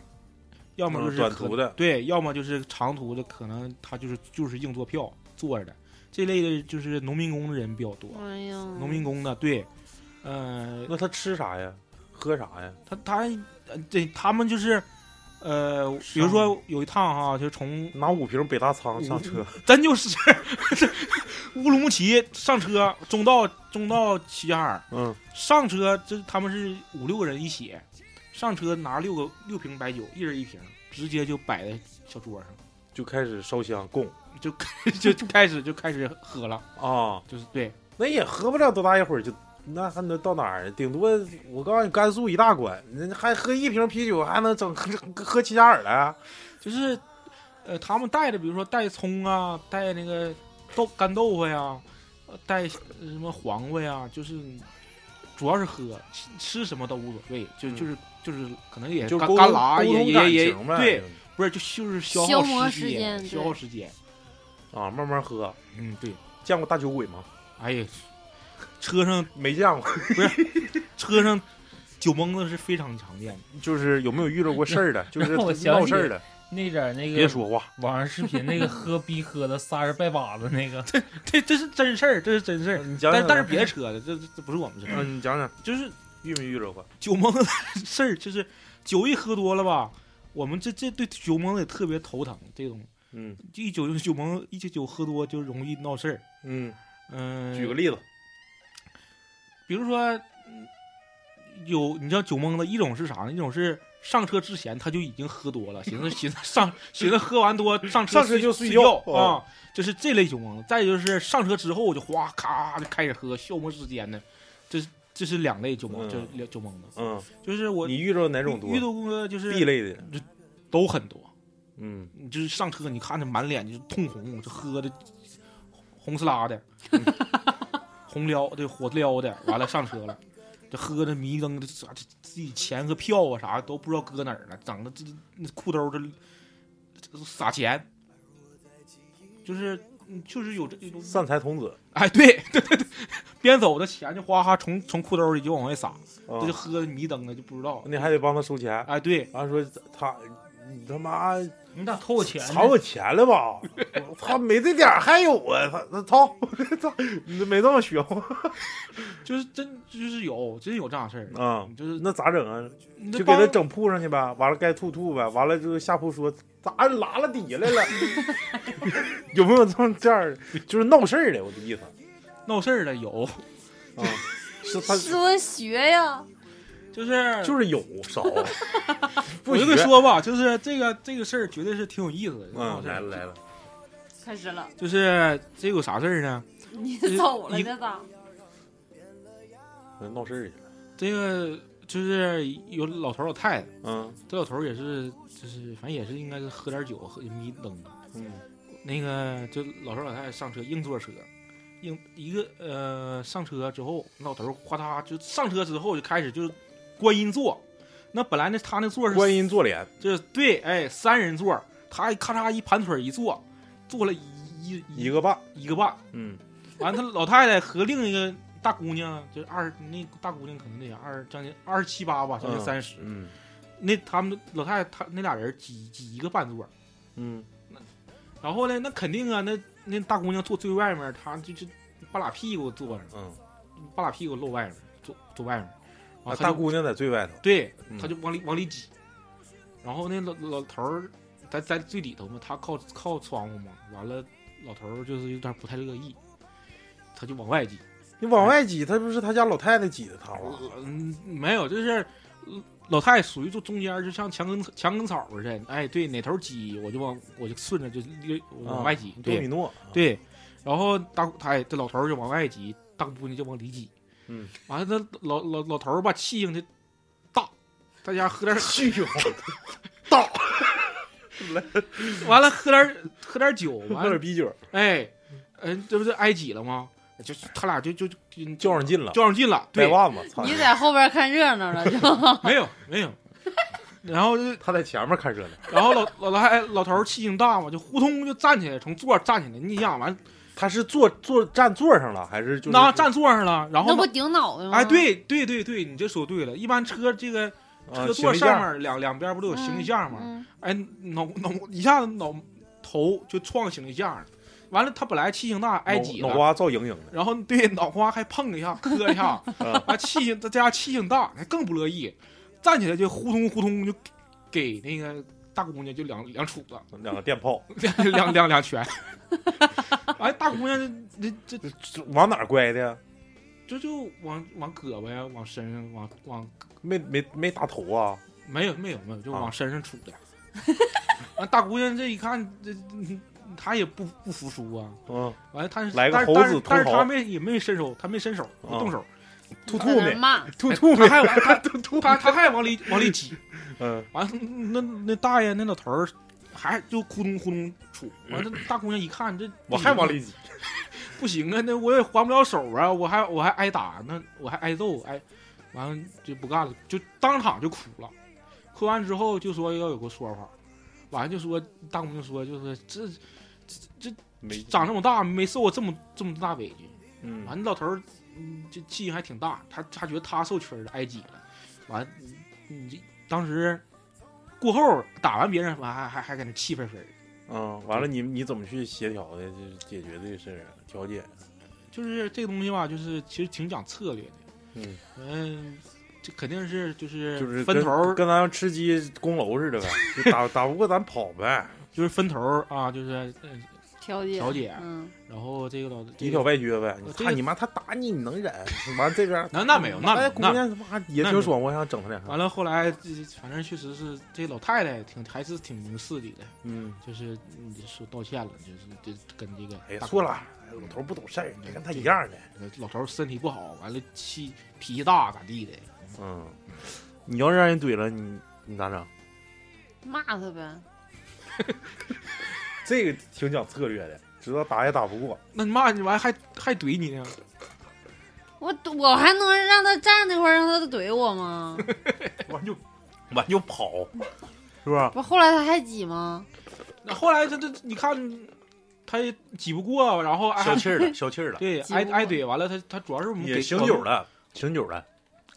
要么就是
嗯短
可
途的，
对，要么就是长途的，可能他就是就是硬座票坐着的这类的，就是农民工的人比较多，
哎呀，
农民工的对，呃，
那他吃啥呀？喝啥呀？
他他呃对他们就是。呃，比如说有一趟哈，就是从
拿五瓶北大仓上车，
咱就是 乌鲁木齐上车，中道中道齐齐哈尔，
嗯
上车这他们是五六个人一起，上车拿六个六瓶白酒，一人一瓶，直接就摆在小桌上，
就开始烧香供
就 就开始就开始喝了，
啊，
就是对，
那也喝不了多大一会儿就，那还能到哪儿？顶多我告诉你，甘肃一大关，人家还喝一瓶啤酒还能整 喝齐齐哈尔来、
哎就是呃，他们带的，比如说带葱啊，带那个豆干豆腐呀，呃带呃什么黄瓜呀，就是主要是喝，吃吃什么都无所谓，就
嗯
就是就是可能也
就
干
沟
干
通
啦，
沟
也
通感
也也
情呗
对，不是就就是消
消
耗
磨
时
时间对
消耗时间，
啊，慢慢喝。
嗯对，
见过大酒鬼吗？
哎呀，车上
没见过，
车上酒蒙子是非常常见的。
就是有没有遇到过事儿 的，就是
让我想
闹
起
事儿的，
那点儿那个
别说话。
网上视频那个喝逼喝的仨人拜把子那个，
这这是真事儿，这是真事儿。
你讲
嗯
讲，
但是但是别的车的，这这这不是我们事儿，
嗯，你讲讲
就是
遇没遇着过？
酒蒙的事儿，就是酒一喝多了吧，我们这这对酒蒙子也特别头疼。这种
嗯
就一酒酒蒙一酒酒喝多就容易闹事儿。
嗯，
嗯、
举个例子，
比如说嗯有你知道酒蒙子，一种是啥呢？一种是上车之前他就已经喝多了，寻思寻思上 寻思喝完多上车
上车就
睡
睡
觉
觉
啊，就是这类酒蒙子。再就是上车之后就哗咔就开始喝，消磨时间的，这是这是两类酒蒙，
嗯
这是两酒蒙子。
嗯，
就是我
你遇着哪种多
遇？到过就是
B 类的，
都很多，
嗯，
你就是上车你看着满脸就是通红，就喝的红丝拉的，红撩对火撩的，完了上车了，这喝的迷瞪的，这这自己钱和票啊啥都不知道搁哪儿了，整的这那裤兜这这撒钱，就是嗯就是有这种
散财童子，
哎对对对对，边走的钱就哗哗从从裤兜里就往外撒，
啊
这就喝的迷瞪的就不知道，
你还得帮他收钱。
哎对，
完说他，你他妈
你咋偷我钱呢？
藏我钱了 吧？我操，没这点儿还有啊？他他操，操，你这没这么学吗？
就是真就是有真有这样事儿。
啊，
就是
那咋整啊？
那
就给他
帮
整铺上去呗，完了该吐吐呗，完了之后下铺说咋拉了底下 来了，有没有这么这样的？就是闹事儿的，我的意思
闹事儿的有，
啊，是他
说学呀，
就是
就是是有 少，不
我就
许
跟说吧，就是这个这个事儿绝对是挺有意思的。
嗯，来了
了，
来了，
开始了，
就是这有啥事儿呢？
你
就是
走了
一
这咋？
我嗯闹事儿去了，
这个就是有老头儿老太太，
嗯
这老头儿也是就是反正也是应该是喝点酒喝迷瞪的。
嗯
那个就老头儿老太太上车硬坐车，硬一个呃上车之后，那老头儿哗嗒就上车之后就开始就是观音座。那本来那他那座是
观音坐莲，
这对，哎，三人座，他一咔嚓一盘腿一坐，坐了一一
一个半，
一个半。
嗯
完，他老太太和另一个大姑娘，就是二那大姑娘可能得二将近二十七八吧，将近
嗯
三十、
嗯
那他们老太太她那俩人挤挤一个半座，
嗯
然后呢，那肯定啊，那那大姑娘坐最外面，她就就半拉屁股坐上，
嗯，
半拉屁股露外面，坐坐外面。
啊
完，
大
她就
姑娘在最外头，
对，
嗯
他就往里往里挤，然后那老老头儿在在最里头嘛，他靠靠窗户嘛，完了老头儿就是有点不太乐意，他就往外挤，
你往外挤，他不是他家老太太挤的他吗？
嗯，没有，就是呃老太太属于就中间儿，就像墙根墙根草似的，哎，对，哪头挤我就往我就顺着就溜往外挤，
啊多米
对
诺，
对，然后大姑哎这老头儿就往外挤，大姑娘就往里挤，
嗯，
完了那老老老头儿吧气性就大，大家喝点儿
去哟，到，
完了喝点儿喝点儿酒，完
喝
了
点啤酒，
哎，嗯、这不是挨挤了吗？就是他俩就就就就
较上劲了，
较上劲了，
掰
对，
腕子，操
你在后边看热闹了就，
没有没有。然后就，
他在前面看热闹，
然后老老老太老头儿气性大嘛，就呼通就站起来，从座儿站起来，你想完，
他是坐坐站座上了还是就是
那站座上了，然
那
后
不啊顶脑袋吗？
哎，，对对对对，你这说对了，一般车这个
啊
车
行
座
李
上
架
面两两边不都有行李架吗？
嗯
哎，脑脑一下子脑头就撞行李架了，完了他本来气性大挨
脑
挤
脑
了，
瓜造莹莹
然后对脑花还碰一下，磕一下，
的，
啊，气性这家气性大，那更不乐意，站起来就呼通呼通就给那个大姑娘就两两杵子，
两个电炮，
两两两两拳。哎，大姑娘这这这
这往哪儿拐的？
这就往往胳膊呀，往身上，往往
没没没打头啊？
没有没有没有，就
啊
往身上杵的。完大姑娘这一看，这嗯她也不不服输啊。
啊，
完了，她
来个
但是
猴
但是
子
但是
秃猴
她没也没伸手，她没伸手，不
啊
动手，
吐吐
在那
呗
儿，骂，
吐吐
她
呗，
还往 她她她她还往里往里挤。
嗯
完了，那那大爷那老头儿还就咕咚咕咚杵。完了，大姑娘一看这
我还往里挤，
不行啊，那我也还不了手啊，我还我还挨打，那我还挨揍，挨完了就不干了，就当场就哭了。哭完之后就说要有个说法，完了就说大姑娘说就是这
没
长这么大没受过这么这么大委屈。
嗯
完了老头儿嗯这气性还挺大，他他觉得他受屈了，挨挤了。完你这当时过后打完别人，完还还还搁那气愤愤儿。
啊，完了你你怎么去协调的，就是解决这个事儿，啊调解，
就是这个东西吧，就是其实挺讲策略的。
嗯，
嗯，这肯定是就是
就是
分
跟
头儿，
跟咱吃鸡攻楼似的呗，就打打不过咱跑呗，
就是分头儿啊，就是呃
调解
调解
嗯，
然后这个老这
里挑
个
外撅呗，你
这个
看你妈他打你你能忍，完这边
那那没有那没
哎
有
姑
那
娘他妈也
那
挺爽，我想整他两下，
完了后来这反正确实是这老太太挺还是挺明事理的，
嗯，
就是嗯说道歉了，就是这跟这个
哎
大
呀
哥
错了，哎老头不懂事儿，你跟他一样的，
这老头儿身体不好，完了气脾气大咋地的，
嗯，你要让人怼了你你咋整？
骂他呗，
这个挺讲策略的，知道打也打不过，
那你骂你完还还怼你呢，
我我还能让他站那块儿让他怼我吗？
完就完就跑，是不是？
不，后来他还挤吗？
那后来这这你看他也挤不过，然后 挨
消气儿了，消气儿了，
对
挤
挨
不
挨
过
怼完了，他他主要是我 们
也
给
醒
我们
酒了，醒酒了，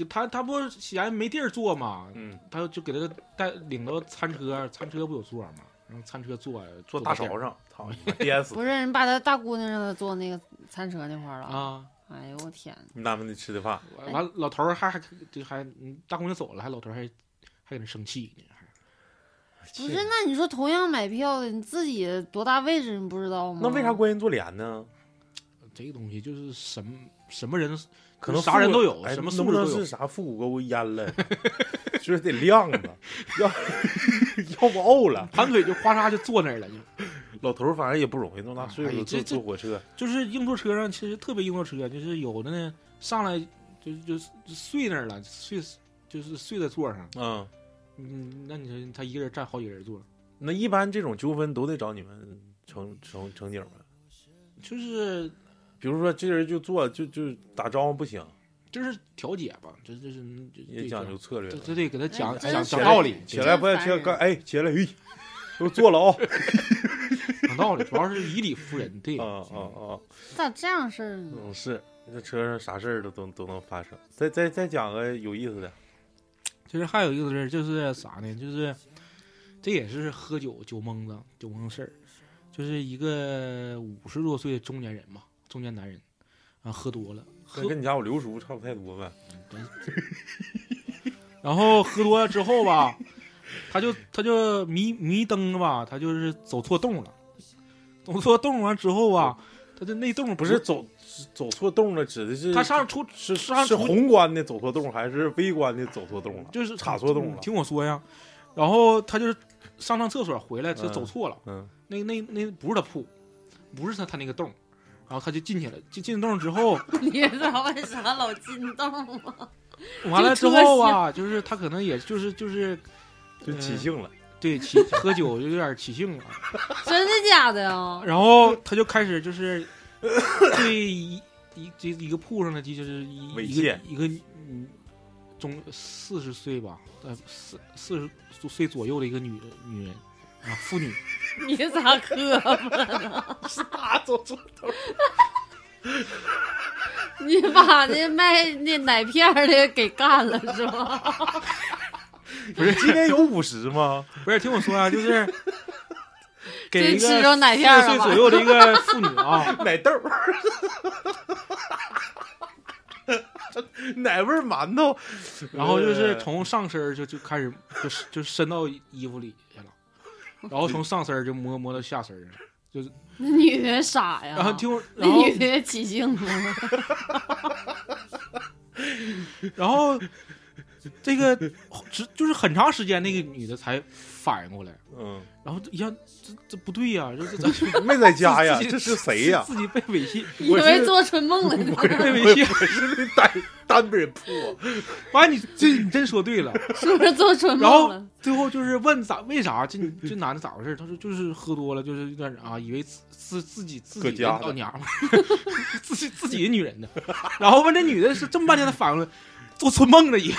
他他不嫌没地儿坐嘛，
嗯，
他就给他带领到餐车，餐车不有座嘛，然后餐车坐
坐大
坐
勺上，操，你妈憋死！
不是，人把他大姑娘让他坐那个餐车那块儿了。
啊，
哎呦我天，
你他妈的吃的饭，
完完老头儿还还就还嗯大姑娘走了，还老头儿还还搁那生气呢，还
不是？那你说同样买票的，你自己多大位置你不知道吗？
那为啥关人坐帘呢？
这个东西就是什么什么人
可能
啥人
富
都有
哎
什么
能
素
不
质
能
都有
是啥复古沟淹了， 就是得晾着，要 要不呕了。
盘腿就哗嚓就坐那儿了，就
老头儿反正也不容易，那么大岁
哎
数
这
坐
这
坐火车，
就是硬座车上其实特别硬座车，就是有的呢上来就就就睡那儿了，睡就是睡在座上，
嗯。
嗯，那你说他一个人占好几个人座。
那一般这种纠纷都得找你们乘乘乘警们，
就是
比如说这人就坐就就打招呼不行，
就是调解吧，这这是这
也讲究，策略
这
了。
这得给他讲
哎
真
讲
是
讲道理，
起来不要起来，刚哎起来，哎，都坐了啊、
讲道理，主要是以理服人，对
啊啊啊！
咋这样事儿呢？
嗯，是这车上啥事儿都都都能发生。再再再讲个有意思的，
其实还有一个事儿就是啥呢？就是这也是喝酒酒蒙子酒蒙事儿，就是一个五十多岁的中年人嘛，中年男人啊，喝多了，喝
跟跟你家我刘叔差不太多呗。
然后喝多了之后吧， 他就他就迷迷瞪了吧，他就是走错洞了，走错洞完之后啊，他的那洞
不是走走错洞了，指的是
他上出
是
上
是
出
宏观的走错洞，还是微观的走错洞了？
就是
插错洞了
你听我说呀，然后他就是上趟厕所回来，就
嗯
走错了，
嗯
那那那不是他铺，不是他他那个洞，然后他就进去了。进进洞之后，
你知道为啥老进洞吗？
完了之后啊，就是他可能也就是就是
就起兴了。
对起 喝酒就有点起兴了，
真的假的呀？
然后他就开始就是对一一这一个铺上的就是一
猥
一个
亵
一个嗯中四十岁吧，呃四四十岁左右的一个女女人啊妇女。
你咋磕巴了？
啊，走 错
你把那卖那奶片儿的给干了是吧？
不是今天有五十 吗？
不是，听我说啊，就是 给一
这吃
个
着奶片
四
儿
十岁
了吧
左右的一个妇 女啊，
奶豆儿， 奶味儿馒头，呃
然后就是从上身儿就就开始就是就伸到衣服里去了，然后从上身儿就摸摸到下身儿，就是
那女的傻呀，
然后听我，
哦那
然后
女的起性了，
然后这个直就是很长时间那个女的才反应过来，
嗯，
然后一下这这不对呀、这这咱
没在 家呀，
自己
这是谁呀？
自己被猥 亵，
以
我
为
是
做春梦了呢。
我
被
以
猥
为
亵，
我是那单单被人扑，
完你这你真说对了，
是不是做春
然
梦
后
了？
最后就是问咋为啥这这男的咋回事？他说就是喝多了，就是有点啊，以为自自自己自己
搁家
人
的
老娘们儿， 自己自己的女人呢。然后问这女的是这么半天，她反过来做春梦了也。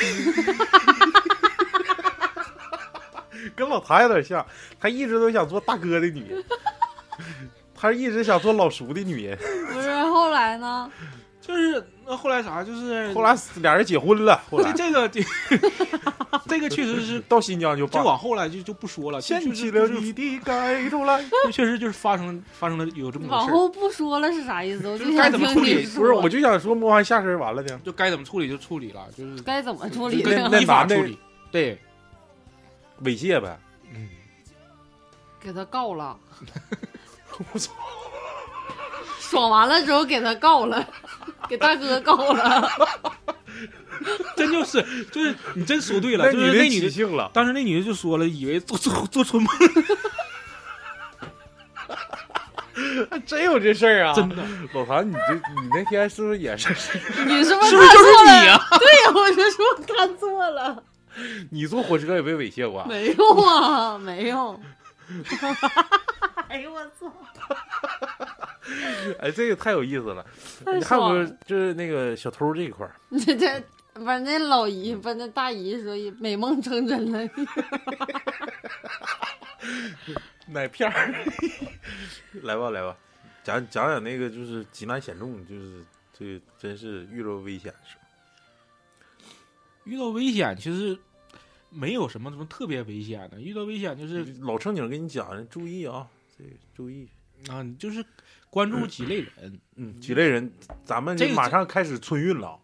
跟老谭有点像，他一直都想做大哥的女人，他一直想做老叔的女人。
不是，后来呢？
就是那后来啥，就是
后来俩人结婚了，后
这
来
这个 这这个确 实是。
到新疆就
就
办。
往后来就就不说了，就
牵
就
起
是
了
就
你
是
的盖头来。
就确实就是发生发生了有这么个
往
事儿，
后不说了是啥意思？我
就是 该
想
怎么
听
处理
你
不是，
说，
我就想说摸完下身完了呢。
就该怎么处理就处理了，就是
该怎么处
就
理
那
呢？
那
依法
男的
处理，对，
猥亵呗。
嗯。
给他告 了，
我操！
爽完了之后给他告 了，给大哥告 了。
真就是就是你真说对
那
了，就是啊
女的
那女
起
的，
性 了，
当时那女的就说了，以为做做做春梦，
还真有这事儿啊！
真的
老谭，你这你那天是不是也是？
你是不
是
是
不是
看
就
错
是
了？
你啊？
对呀，我就说看错了，
你坐火车也被猥亵过啊？
没有啊，没有。哎呦我操！
哎，这个太有意思了。
太
你还有
爽
个
了！
就是那个小偷这一块儿，
这这，把那老姨，把那大姨说美梦成真了。
奶片儿。 来吧，来吧，讲讲讲那个就是极难险中，就是这真是遇到危险的事儿。
遇到危险其实没有什么什么特别危险的，遇到危险就是
老正经跟你讲，注意啊，这个注意。
啊，你就是关注几类人，
嗯，几类人，咱们
这
就
个
马
这
上开始春运了。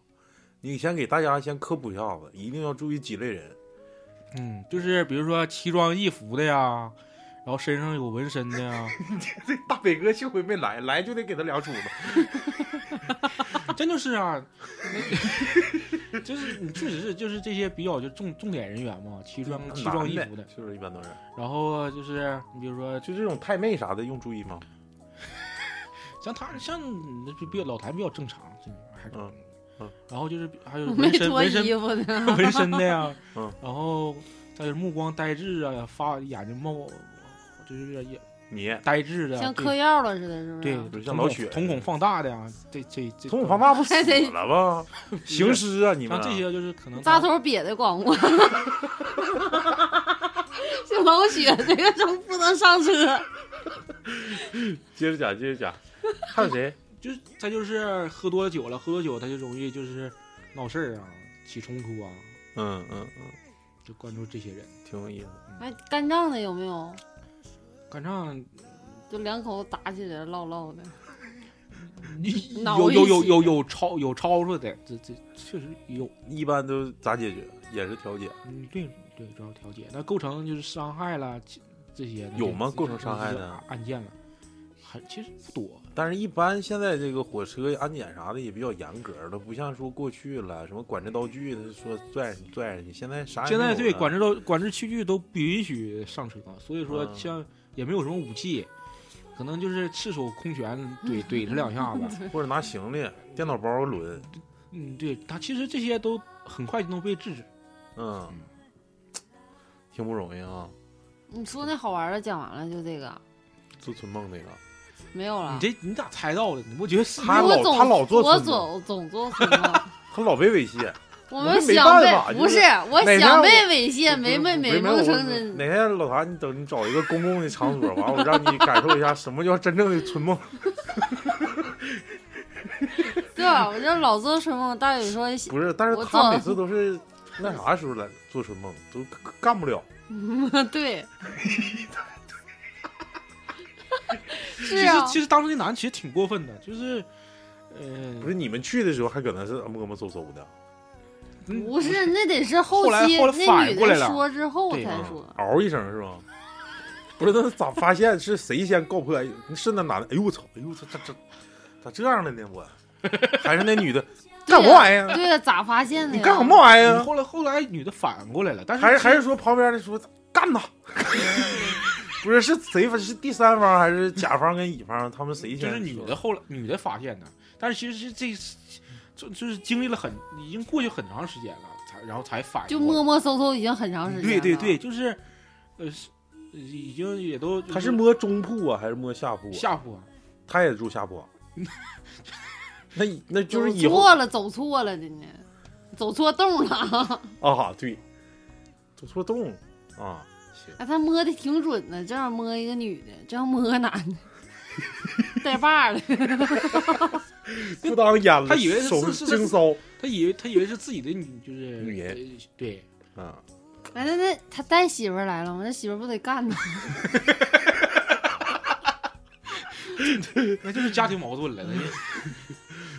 你先给大家先科普一下子，一定要注意几类人。
嗯，就是比如说奇装异服的呀，然后身上有纹身的呀，
这 大北哥幸亏没来，来就得给他俩杵子。
真就是啊，那就是你确实是就是这些比较就重重点人员嘛，奇装奇装异服
嗯
的
的，，是不是一般都是？
然后就是你比如说
就这种太妹啥的用注意吗？
像他像那就比较老谭比较正常，这种还是
嗯嗯
然后就是还有
我没
纹身
脱
纹
衣
身
服啊呢。
纹身的呀，
嗯，
然后再就是目光呆滞啊，发眼睛冒，就是有点眼
你
呆滞的，
像嗑
对
药了似的，是不是？
对，
比如
瞳
像
孔
老雪
瞳孔放大的呀，这这这
总统放大不死
还得
了吗？行尸啊，你们
像这些就是可能
扎
他
头瘪的光我。 小老雪，这个真不能上车。
接着讲，接 着讲。还有谁？
就是他就是喝多了酒了，喝多酒他就容易就是闹事儿啊，起冲突啊，
嗯嗯嗯，
就关注这些人。
挺有意思。
哎，干仗的有没有？
干仗
就两口子打起来了唠唠的。
有有有有有吵有吵吵的，这这确实有。
一般都咋解决？也是调解，
嗯，对对，主要调解。那构成就是伤害了其这些
有
这
吗
这
构成
这
伤害
这
的
案案件了，还其实不多。
但是一般现在这个火车安检啥的也比较严格了，不像说过去了，什么管制道具，他说拽你拽你，现在啥也
现在
啊没有
对
了
管制到管制器具都不允许上车，所以说
啊
像也没有什么武器，可能就是赤手空拳怼怼他两下子。
或者拿行李、电脑包、轮，
嗯，对他其实这些都很快就能被制止。
嗯，挺不容易啊，
你说那好玩的讲完了，就这个
做春梦那个，
没有
啊
了
你。这你咋猜到的？你不觉得是
他
我
老
总
他老做
我
春梦
总总做春 梦。
他老被猥亵，
我
我
们
是没
想
办
被
法
不
就是
是，我
哪天
想被
我
猥亵，没
没
被美
没有
梦
我
成真。
哪天老谭，你等你找一个公共的场所，完我让你感受一下什么叫真正的春梦。
对吧？我就老做春梦。大宇说，
不是，但是
我
他
操
每次都是那啥时候来做春梦，都干不了。
对，
其
是
实
啊，
其实当时那男的其实挺过分的，就是，呃，
不是你们去的时候还搁那是摸摸搜搜的，
嗯
不是那得是后
后来
期
后来
那
反
女
过
的
来了
说之后
对
才
嗯
说，
嗷一声是吧？不是，那咋发现是谁先告破？ 是那男的？哎呦我操！哎呦我操！咋这咋这样了呢？我还是那女的？干什么玩意儿？
对呀，啊咋发现
你
的哎呀？
干什么玩意
嗯
儿？啊
后来后来女的反过来了，但是
还是还
是
是说旁边的说干他？
嗯
不是是谁是第三方还是甲方跟乙方？他们谁
就
先
是女
说
的后来女的发现的，但是其实是这就就是经历了很已经过去很长时间了，才然后才反
就
过来
摸摸搜搜已经很长时间
对
了。
对对，就是呃是已经也都就
他是摸中铺啊还是摸下铺啊？
下铺啊，
他也住下 铺。啊那那
走
就是以后
错了，走错了的呢，走错洞了。
啊，对，走错洞了啊，行，
哎，他摸的挺准的，正好摸一个女的，正好摸个男的， 带把儿的。
不当演了，
他以为是
手
是是
经骚
他以为他以为是自己的女就是
女人
呃对，
啊，
哎，那那他带媳妇儿来了吗？那媳妇儿不得干他？，
那就是家庭矛盾了，那就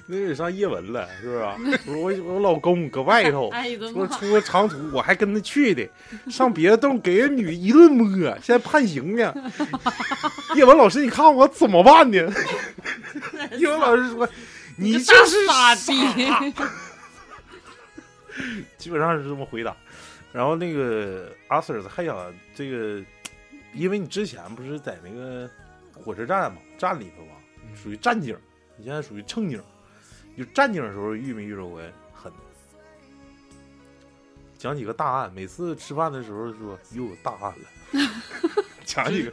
那得上叶文了，是不是 啊？我我老公搁外头
哎呦我的
说
妈！
出个长途，我还跟他去的，上别的洞给人女一顿摸，现在判刑呢。叶文老师，你看我怎么办呢？ 叶文老师说，你
个
这
大
是
傻
傻
逼！
基本上是这么回答。然后那个阿 Sir 还想这个，因为你之前不是在那个火车站嘛，站里头嘛，
嗯
属于站警，你现在属于乘警。就站警的时候遇没遇着过狠的？讲几个大案，每次吃饭的时候说又有大案了， 讲几个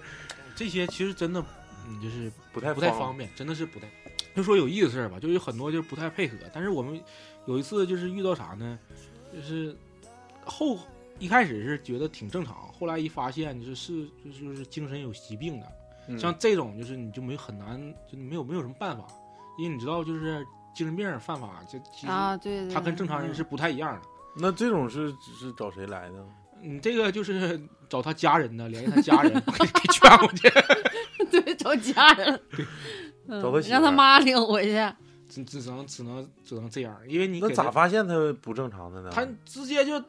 这些其实真的嗯就是
不太
不太方便，真的是不太。就说有意思的事儿吧，就有很多就是不太配合。但是我们有一次就是遇到啥呢？就是后一开始是觉得挺正常，后来一发现就是是就是就是精神有疾病的，
便
像这种就是你就没很难，就没有没有什么办法，因为你知道就是精神病犯法，这其实
啊，对对对，
他跟正常人是不太一样的。
那这种是是找谁来的？
你这个就是找他家人呢，联系他家人 给给劝过去，
对找家人，嗯
找他媳妇儿
让他妈领回去。
只只能只能只能这样，因为你
那
给
咋
他
发现他不正常的呢？
他直接就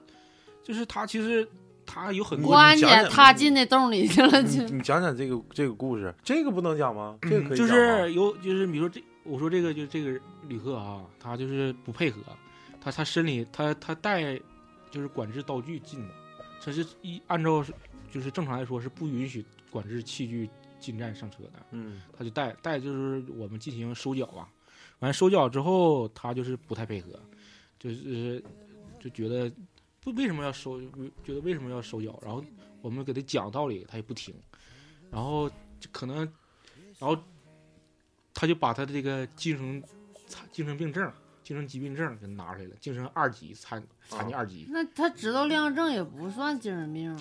就是他其实他有很多
哇
关
你讲
键
讲
他进那洞里去 了，
你
就
你讲讲这个这个故事，这个不能讲吗？这个可以
嗯就
讲吗
是有就是比如说这我说这个就这个旅客啊，他就是不配合，他他身里他他带就是管制刀具进的，这是一按照是就是正常来说是不允许管制器具进站上车的，
嗯
他就带带就是我们进行收缴啊，完收缴之后，他就是不太配合，就是就觉得不为什么要收，觉得为什么要收缴，然后我们给他讲道理，他也不听，然后就可能，然后他就把他的这个精神精神病证、精神疾病证给拿出来了，精神二级残残疾二级，
那他知道量症也不算精神病啊。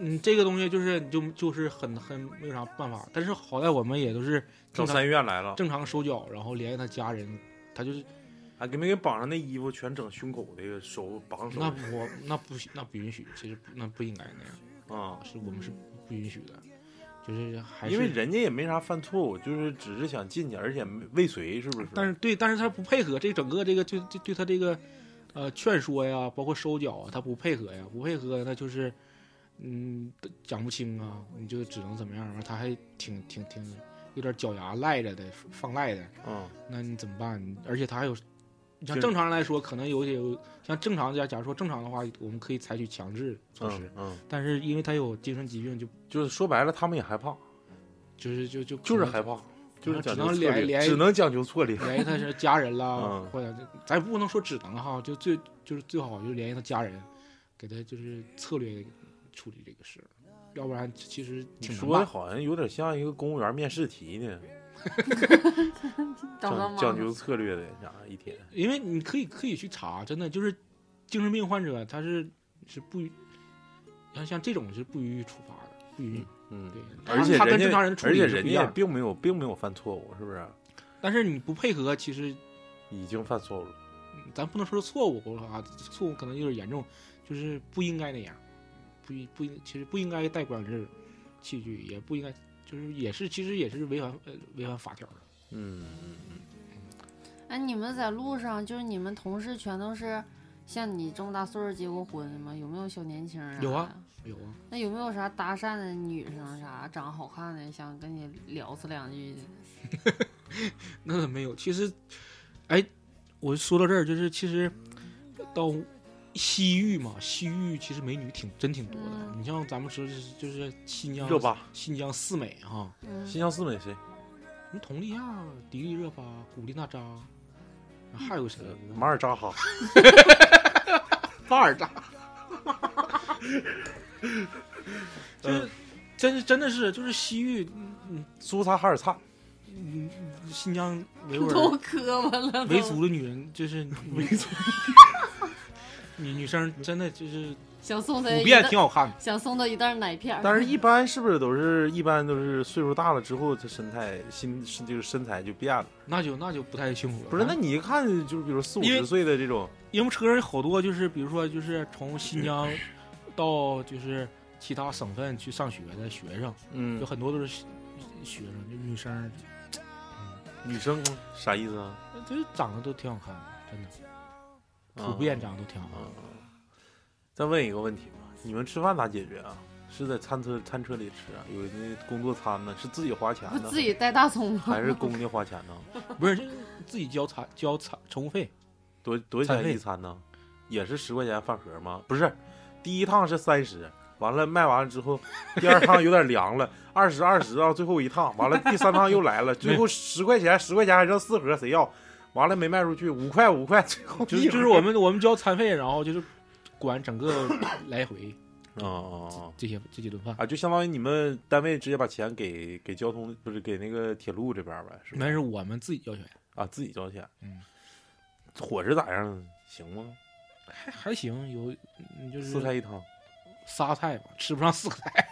嗯，这个东西就是你就就是很很没有啥办法，但是好在我们也都是
找
正常
三院来了，
正常收缴，然后联系他家人，他就是
还给没给绑上那衣服，全整胸口那个手绑手
那我那不行那不允许，其实不那不应该那样，
啊、
是我们是不允许的，就是还是
因为人家也没啥犯错误，就是只是想进去，而且没未遂，是不是？
但是对，但是他不配合，这整个这个对对对他这个呃劝说呀，包括收缴啊，他不配合呀，不配合那就是嗯讲不清啊，你就只能怎么样，完他还挺挺挺有点脚牙赖着的放赖的，
嗯，
那你怎么办？你而且他还有，你
就
像
是
正常人来说，可能有有像正常家，假如说正常的话，我们可以采取强制措施，
嗯嗯，
但是因为他有精神疾病，就
就是说白了，他们也害怕，
就是就就
就是
可能
害怕，就是讲
只
究
能
策
联
略，
联
只能讲究策略。
联系他是家人啦，
嗯
或者咱不能说只能哈，就最就是最好就是联系他家人，给他就是策略处理这个事儿，要不然其实
你
挺难
说的
办。
好像有点像一个公务员面试题呢，
找他
讲
妈
讲究策略的啥一天。
因为你可以可以去查，真的就是精神病患者他是是不允像像这种是不允许处罚的，不允许。
嗯，
对，
而且
他跟
人
正
家
常人处
而
理
且
是
人
不一
家也
样的，
并没有并没有犯错误，是不是？
但是你不配合，其实
已经犯错误了。
咱不能说是错误啊，错误可能有点严重，就是不应该那样，不应不应其实不应该带管制器具，也不应该就是也是其实也是违反呃违反法条的。
嗯嗯嗯。
哎，你们在路上就是你们同事全都是像你这么大岁数结过婚的吗？有没有小年轻人、
有啊。有 啊，
那有没有啥搭讪的女生啥长得好看的，想跟你聊死两句的？
那没有，其实，哎，我说到这儿，就是其实到西域嘛，西域其实美女挺真挺多的。
嗯
你像咱们说就是就是新疆
热巴、
新疆四美哈，
嗯
新疆四美谁？
什么佟丽娅、迪丽热巴、古力娜扎，还有谁？
马尔扎哈，
巴 尔扎。就是
嗯
真真的是就是西域，
苏萨哈尔灿，
嗯，新疆维 吾
都
尔
磕巴了，
维族的女人就是维族， 女女生真的就是
想送他
普
哎一
遍
袋
挺好看的。
想送他一袋奶片儿，
但是一般是不是都是一般都是岁数大了之后，他身材心是就是身材就变了。
那就那就不太清楚了。
不是，那你一看就是比如四五
因为
十岁的这种，
因为车上好多就是，比如说就是从新疆到就是其他省份去上学的学生，有
嗯，
很多都是学学生，就女生，
女生啥意思啊？
就是长得都挺好看的，真的，
啊
普遍长得都挺好看
啊。再问一个问题吧，你们吃饭咋解决啊？是在餐车餐车里吃啊？有那工作餐呢？是自己花钱
不
呢？
自己带大葱吗？
还是 公家花钱呢？
的。不是就是自己交餐交餐乘务费，
多多少
餐
钱
费
一餐呢？也是十块钱饭盒吗？不是，第一趟是三十，完了卖完了之后，第 二趟有点凉了，二十二十啊，最后一趟完了，第三趟又来了，最后十块钱十块钱还剩四盒，谁要？完了没卖出去，五块五块，最后
就是就是我们我们交餐费，然后就是管 整个来回
啊啊啊
这些这几顿饭。
啊！就相当于你们单位直接把钱给给交通，不是给那个铁路这边呗？是吧
那？是我们自己交钱，
啊，自己交钱。
嗯，
伙食咋样？行吗？
还还行，有嗯就是
四菜一汤，
仨菜吧，吃不上四个菜，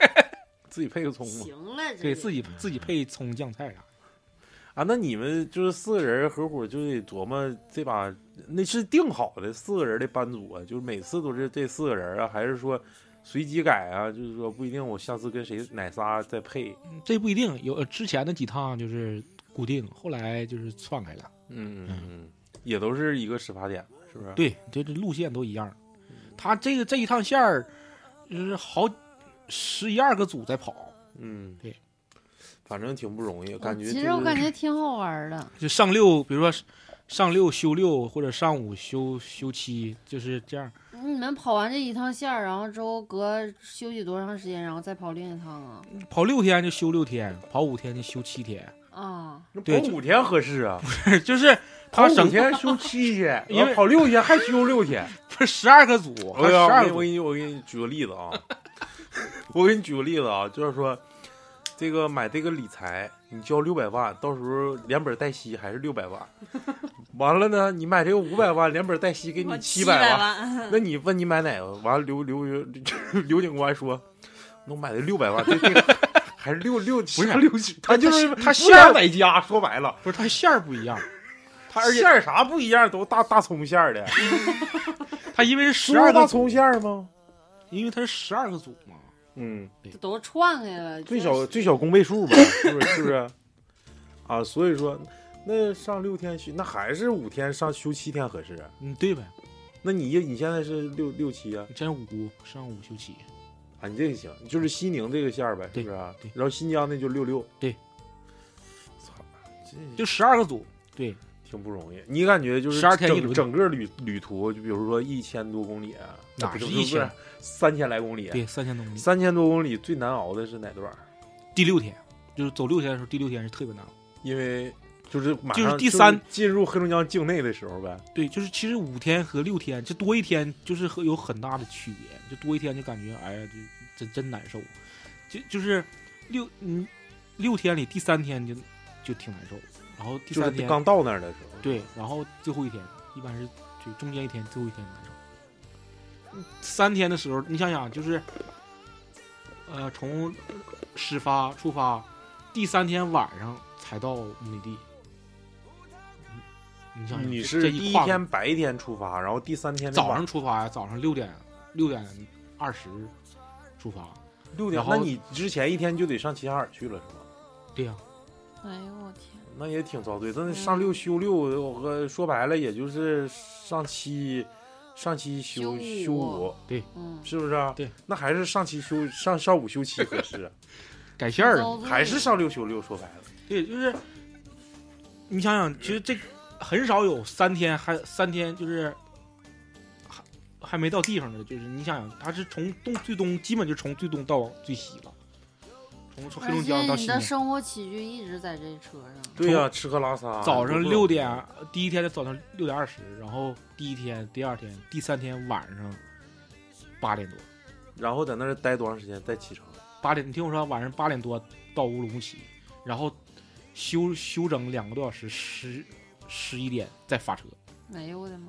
自己配个葱吗？
行了，
给自己
嗯
自己配葱酱菜啥的。
啊，那你们就是四个人合伙，就得琢磨这把那是定好的四个人的班组啊，就是每次都是这四个人啊，还是说随机改啊？就是说不一定我下次跟谁哪仨再配，
这不一定，有呃之前的几趟就是固定，后来就是窜开了。
嗯嗯嗯，也都是一个始发点，是不是？，
对，这这路线都一样。他这个这一趟线儿，就是好十一二个组在跑，
嗯
对，
反正挺不容易，
我
感觉、就是、
其实我感觉挺好玩儿的，
就上六，比如说上六休六或者上五休休七，就是这样。
你们跑完这一趟线儿，然后之后隔休息多长时间，然后再跑另一趟啊？
跑六天就休六天，跑五天就休七天，
啊，
那
对
跑
就
五天合适啊，
就是
跑
他
五
整
天休七天，
因为
然后跑六天还休六天。
不是十二个组，
哦我
十
哎呀，
二
我
组
给你我给你举个例 子啊，我给你举个例子啊，就是说，这个买这个理财，你交六百万，到时候连本带息还是六百万， 完了呢，你买这个五百万，连本带息给你七百万，
万，
那你问你买哪个？完了刘刘刘刘警官说，那我买的六百万，这这 个还是六六不
是啊
六七，他就是
他
馅儿
馅
买家，说白了。
不是他线儿不一样，他而且
馅儿啥不一样，都大大葱馅儿的，
他因为
猪
是十
肉
二
大
个
葱
组，
馅儿吗？
因为他是十二个组嘛，
嗯，
这都串开了，
最
这
小最小公倍数吧，是不是？是不是？啊，所以说，那上六天休，那还是五天上休七天合适。啊
嗯，对呗，
那你你现在是六六七啊？
你先五上五休七，
啊，你这个行，就是西宁这个线儿呗，是
对
不是啊
对？
然后新疆那就六六。
对，
操，
就十二个组，对，
挺不容易。你感觉就是
12天一
整
轮
整个旅旅途，就比如说一千多公里啊，
哪
不
是
不
1000
不 三千来公里？啊
对，三千多公里。
三千多公里最难熬的是哪段儿？
第六天，就是走六天的时候，第六天是特别难熬。
因为就是马
就是
上
第三
进入黑龙江境内的时候呗。
对，就是其实五天和六天，就多一天就是和有很大的区别，就多一天就感觉哎呀，就真真难受，就就是六嗯六天里第三天就就挺难受，然后第
就是
三天
刚到那儿的时候。
对，然后最后一天一般是就中间一天最后一天难受。三天的时候，你想想就是，呃，从始发出发，第三天晚上才到目的地。嗯你想想，
嗯你
这
是
这
第
一
一
跨
天白天出发，然后第三天
早上出发呀，早上六点六点二十出发。
六点
然，后
那你之前一天就得上齐齐哈尔去了是吗？
对呀、
哎呦我天，
那也挺遭罪，但是上
嗯
六休六，我和说白了也就是上七，上七休
休
休
五
五，
嗯，
是不是啊？
对，
那还是上七休上上五休七合 适，啊
改线儿了。
遭罪
还是上六休六？说白了，
对，就是你想想，其实这很少有三天还三天就是还还没到地方的，就是你想想，它是从东最东，基本就从最东到最西了，从从黑
而
龙
且
江到
你
西
的
宁。
生活起居一直在这车上。
对呀、吃喝拉撒，
早上
不饿嗯
六点，第一天的早上六点二十，然后第一天、第二天、第三天晚上八点多，
然后在那儿待多长时间再启程？
八点你听我说，晚上八点多到乌鲁木齐，然后休休整两个多小时，十十一点再发车，
哎呦我的妈！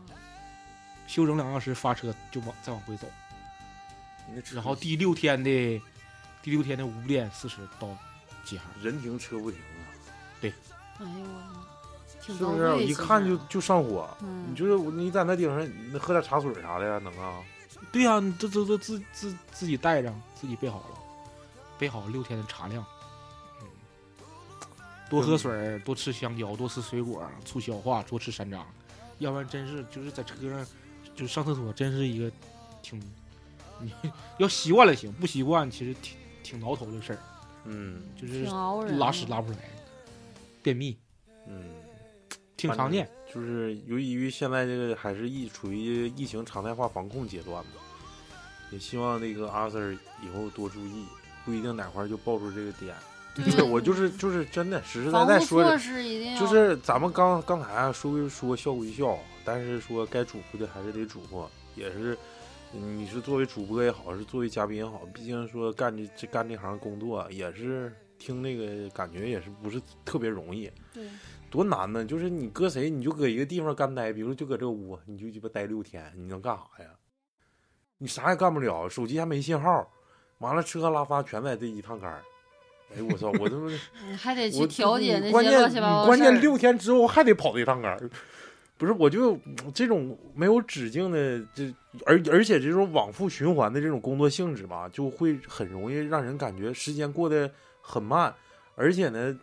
休整两个小时发车就往再往回走，
你那车
然后第六天的第六天的五点四十到齐哈尔，
人停车不停啊，
哎呦我的妈！挺
是
遭
不
罪
是？一
其实啊
看就就上火。
嗯，
你就是你在那地方，你喝点茶水啥的呀，能啊？
对呀、你这这这自自自己带上，自己备好了，备好六天的茶量，嗯，多喝水儿，多吃香蕉，多吃水果儿，促消化，多吃山楂，要不然真是就是在车上，就是上厕所真是一个挺，你要习惯了行，不习惯其实挺挺挠头的事儿，
嗯
就是
挺熬人的。
拉屎拉不出来，便秘
嗯，
挺常见，
就是由于现在这个还是疫处于疫情常态化防控阶段嘛，也希望那个阿 Sir 以后多注意，不一定哪块儿就爆出这个点。
对
我就是就是真的实实在
嗯防
在
护
说
措
着，
施一定要
就是咱们刚刚才啊说归说笑归笑，但是说该嘱咐的还是得嘱咐，也是嗯你是作为主播也好，是作为嘉宾也好，毕竟说干这这干这行工作也是听那个感觉也是不是特别容易，
对
多难呢？就是你搁谁，你就搁一个地方干待，比如说就搁这屋，你就鸡巴待六天，你能干啥呀？你啥也干不了，手机还没信号，完了吃喝拉撒全在这一趟杆儿。哎呦我操！我他妈
你还得
我
去调解那
关
些
键
乱七八糟的
关
事
键
儿
六天之后还得跑这趟杆儿，不是？我就这种没有止境的这，而而且这种往复循环的这种工作性质吧，就会很容易让人感觉时间过得很慢，而且呢。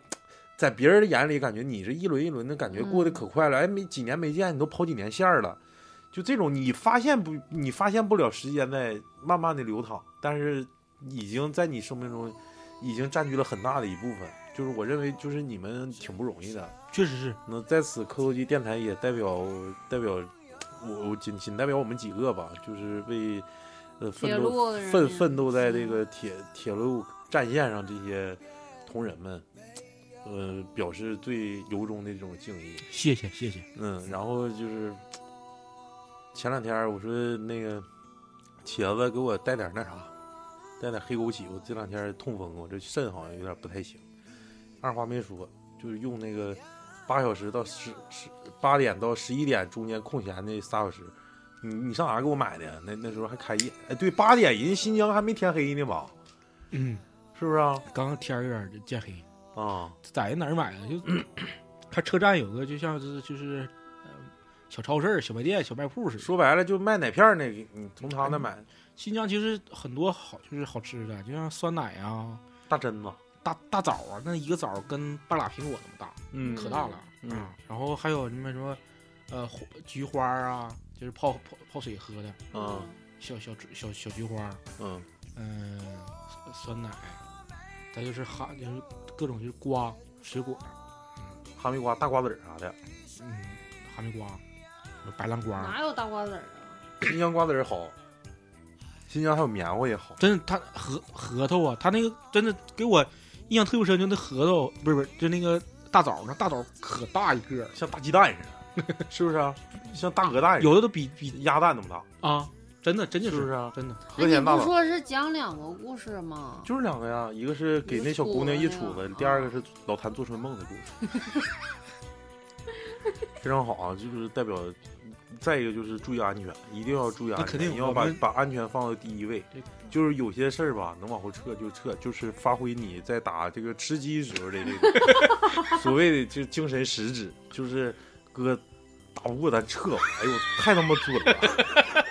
在别人的眼里，感觉你这一轮一轮的感觉过得可快了，哎，没几年没见，你都跑几年线儿了，就这种你发现不，你发现不了时间在慢慢的流淌，但是已经在你生命中已经占据了很大的一部分。就是我认为，就是你们挺不容易的。
确实是
那在此，磕头机电台也代表代表我我仅仅代表我们几个吧，就是为呃奋
铁
斗
路的人
奋
民
奋斗在这个铁铁路战线上这些同仁们，呃，表示最由衷的这种敬意。
谢谢谢谢，
嗯，然后就是前两天我说那个茄子给我带点那啥，带点黑枸杞。我这两天痛风，我这肾好像有点不太行。二话没说，就是用那个八小时到十十八点到十一点中间空闲的仨小时。你你上哪儿给我买的呀？那那时候还开业，哎，对，八点人家新疆还没天黑呢吧？
嗯，
是不是啊？
刚刚天儿有点儿见黑。
啊，
在哪儿买的？就他车站有个，就像是就是、呃、小超市儿、小卖店、小卖铺似的。
说白了就卖奶片儿那个，你从他
哎
那买
新疆其实很多好，就是好吃的，就像酸奶啊、
大榛子，
大大枣啊，那一个枣跟半拉苹果那么大，
嗯
可大了啊、
嗯
然后还有什么什么，呃，花菊花啊，就是泡泡泡水喝的
啊，
小小橘小小菊花，
嗯
嗯、酸酸奶，再就是哈就是各种就是瓜水果，
哈密瓜、大瓜子儿啥的，
嗯，哈密瓜，白兰瓜，
哪有大瓜子儿啊？
新疆瓜子儿好，新疆还有棉花也好。
真的，他核核桃啊，他那个真的给我印象特别深，就那核桃，不是不是，就那个大枣，那大枣可大一个儿，
像大鸡蛋似的， 是不是啊？像大鹅蛋似
有的都比比
的，鸭蛋那么大，
啊，真的真就是
不
是
是啊？
真的，
和
哎，你
田大
不
枣
说是讲两个故事
啊
吗？
就是两个呀，一个是给那小姑娘一杵子，第二个是老谭做春梦的故事， 非常好啊！就是代表，再一个就是注意安全，一定要注意安全，
那肯定
你要
我
把
们
把安全放到第一位
对。
就是有些事儿吧，能往后撤就撤，就是发挥你在打这个吃鸡时候的这个所谓的 就精神实质，就是哥打不过咱撤吧，哎呦，太他妈准了。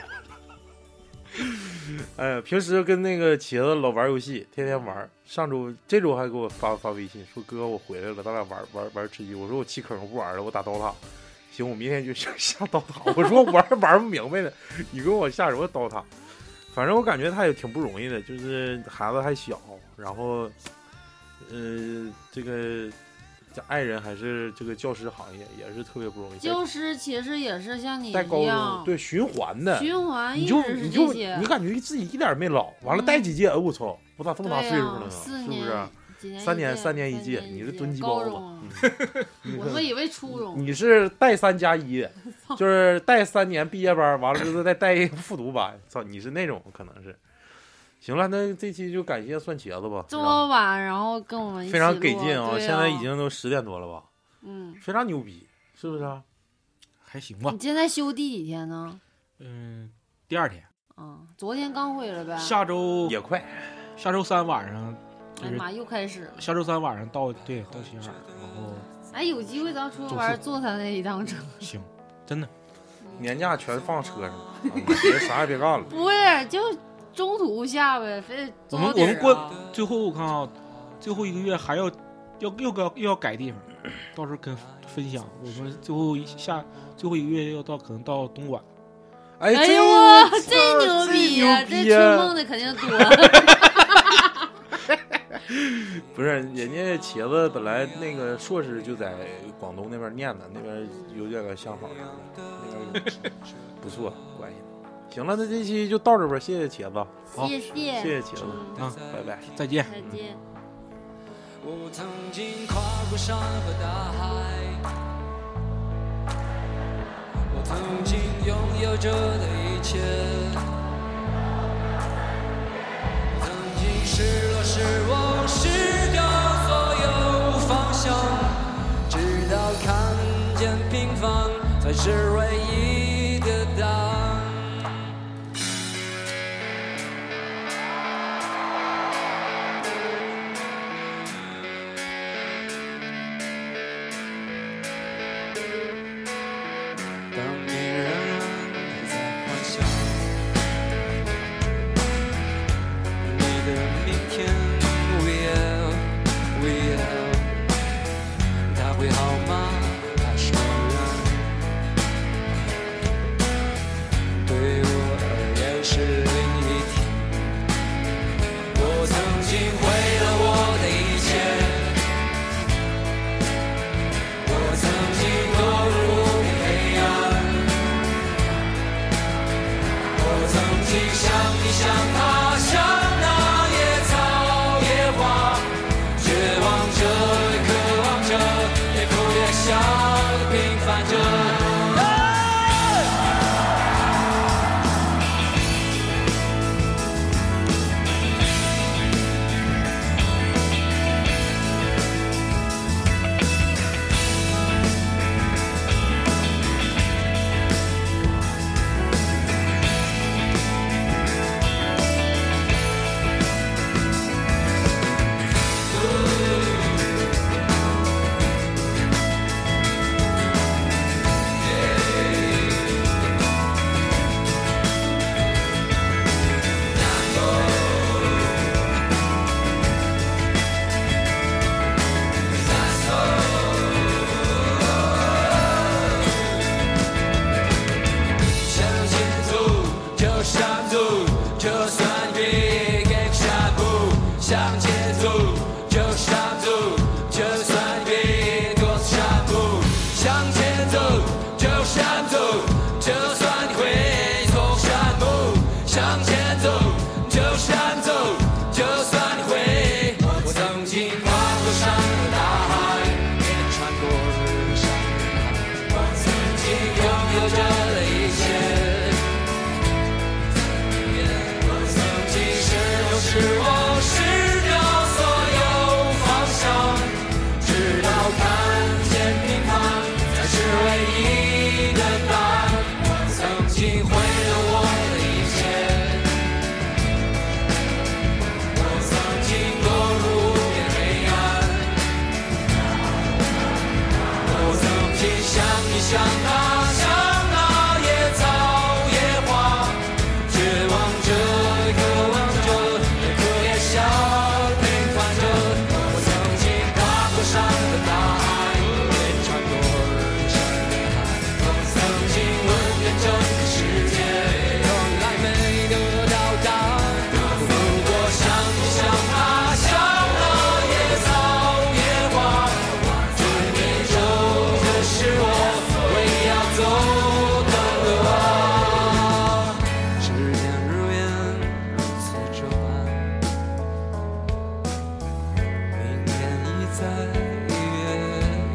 哎，平时跟那个茄子老玩游戏，天天玩。上周这周还给我发发微信说哥我回来了，咱俩玩玩玩吃鸡。我说我弃坑，我不玩了，我打刀塔。行，我明天就下 下刀塔。我说玩儿玩不明白呢，你跟我下什么刀塔？反正我感觉他也挺不容易的，就是孩子还小，然后，呃，这个这爱人还是这个教师行业也是特别不容易，在
教师其实也是像你
在高
一
中
样
对循环的，
循环，
你
一
就
直
你
哎是
就
这些。
你感觉自己一点儿没老，完了
嗯
带几届，哎我操，我咋这么大
对
岁数
呀
了呢？
四
是不
年
是？
几年
三年
三
三年一
届
届，，你是
届
蹲鸡
高
包
中
吧？嗯
啊
你
我
看
他妈以为初中，
嗯 你是带三加 一，就是带三年毕业班，完了之后再带一个复读班。操，你是那种可能是。行了，那这期就感谢蒜茄子吧，
这么晚，然后跟我们一起
非常给
录
劲
对啊，
现在已经都十点多了吧，
嗯，
非常牛逼，是不是啊？
还行吧
你。现在休第几天呢？
嗯，第二天，
啊，昨天刚回来呗。
下周
也快，
下周三晚上，就
哎呀
是
妈，又开始了。
下周三晚上到对到西安，然后
哎，有机会咱出去玩，坐他那一趟车。
行，真的
年假全放车上了，啊别啥也别干了。
不是，就中途下呗，非得
我
坐
们
到底儿啊
我们 最后我看啊，最后一个月还要要又要又要改地 方，到时候跟分享。我们最后一下最后一个月要到可能到东莞，
哎
哎
这
呦我
操
这牛逼呀！
这
这
牛
春
逼
梦的肯定 多。
不是，人家茄子本来那个硕士就在广东那边念的，那边有点个相好啥的，那边不错关系。行了，那这期就到这边，谢谢茄子，啊
好
谢谢
谢谢茄子，
嗯
拜拜。
啊再见。
再见。
我曾经跨过山和大海，我曾经拥有着的一切，我曾经失落、失望、失掉所有方向，直到看见平凡才是唯一的答案。当你仍然还在幻想，你的明天，We will，We will，它会好吗？还是偶然？对我而言是另一天。我曾经毁了我的一切。我曾经堕入黑暗，我曾经像你，像他，像那野草野花，绝望着，渴望着，也哭也笑，平凡着。我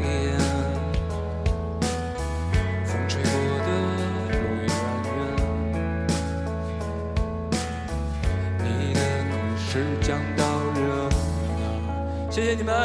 远，风吹过的路远远。你的故事讲到这，谢谢你们。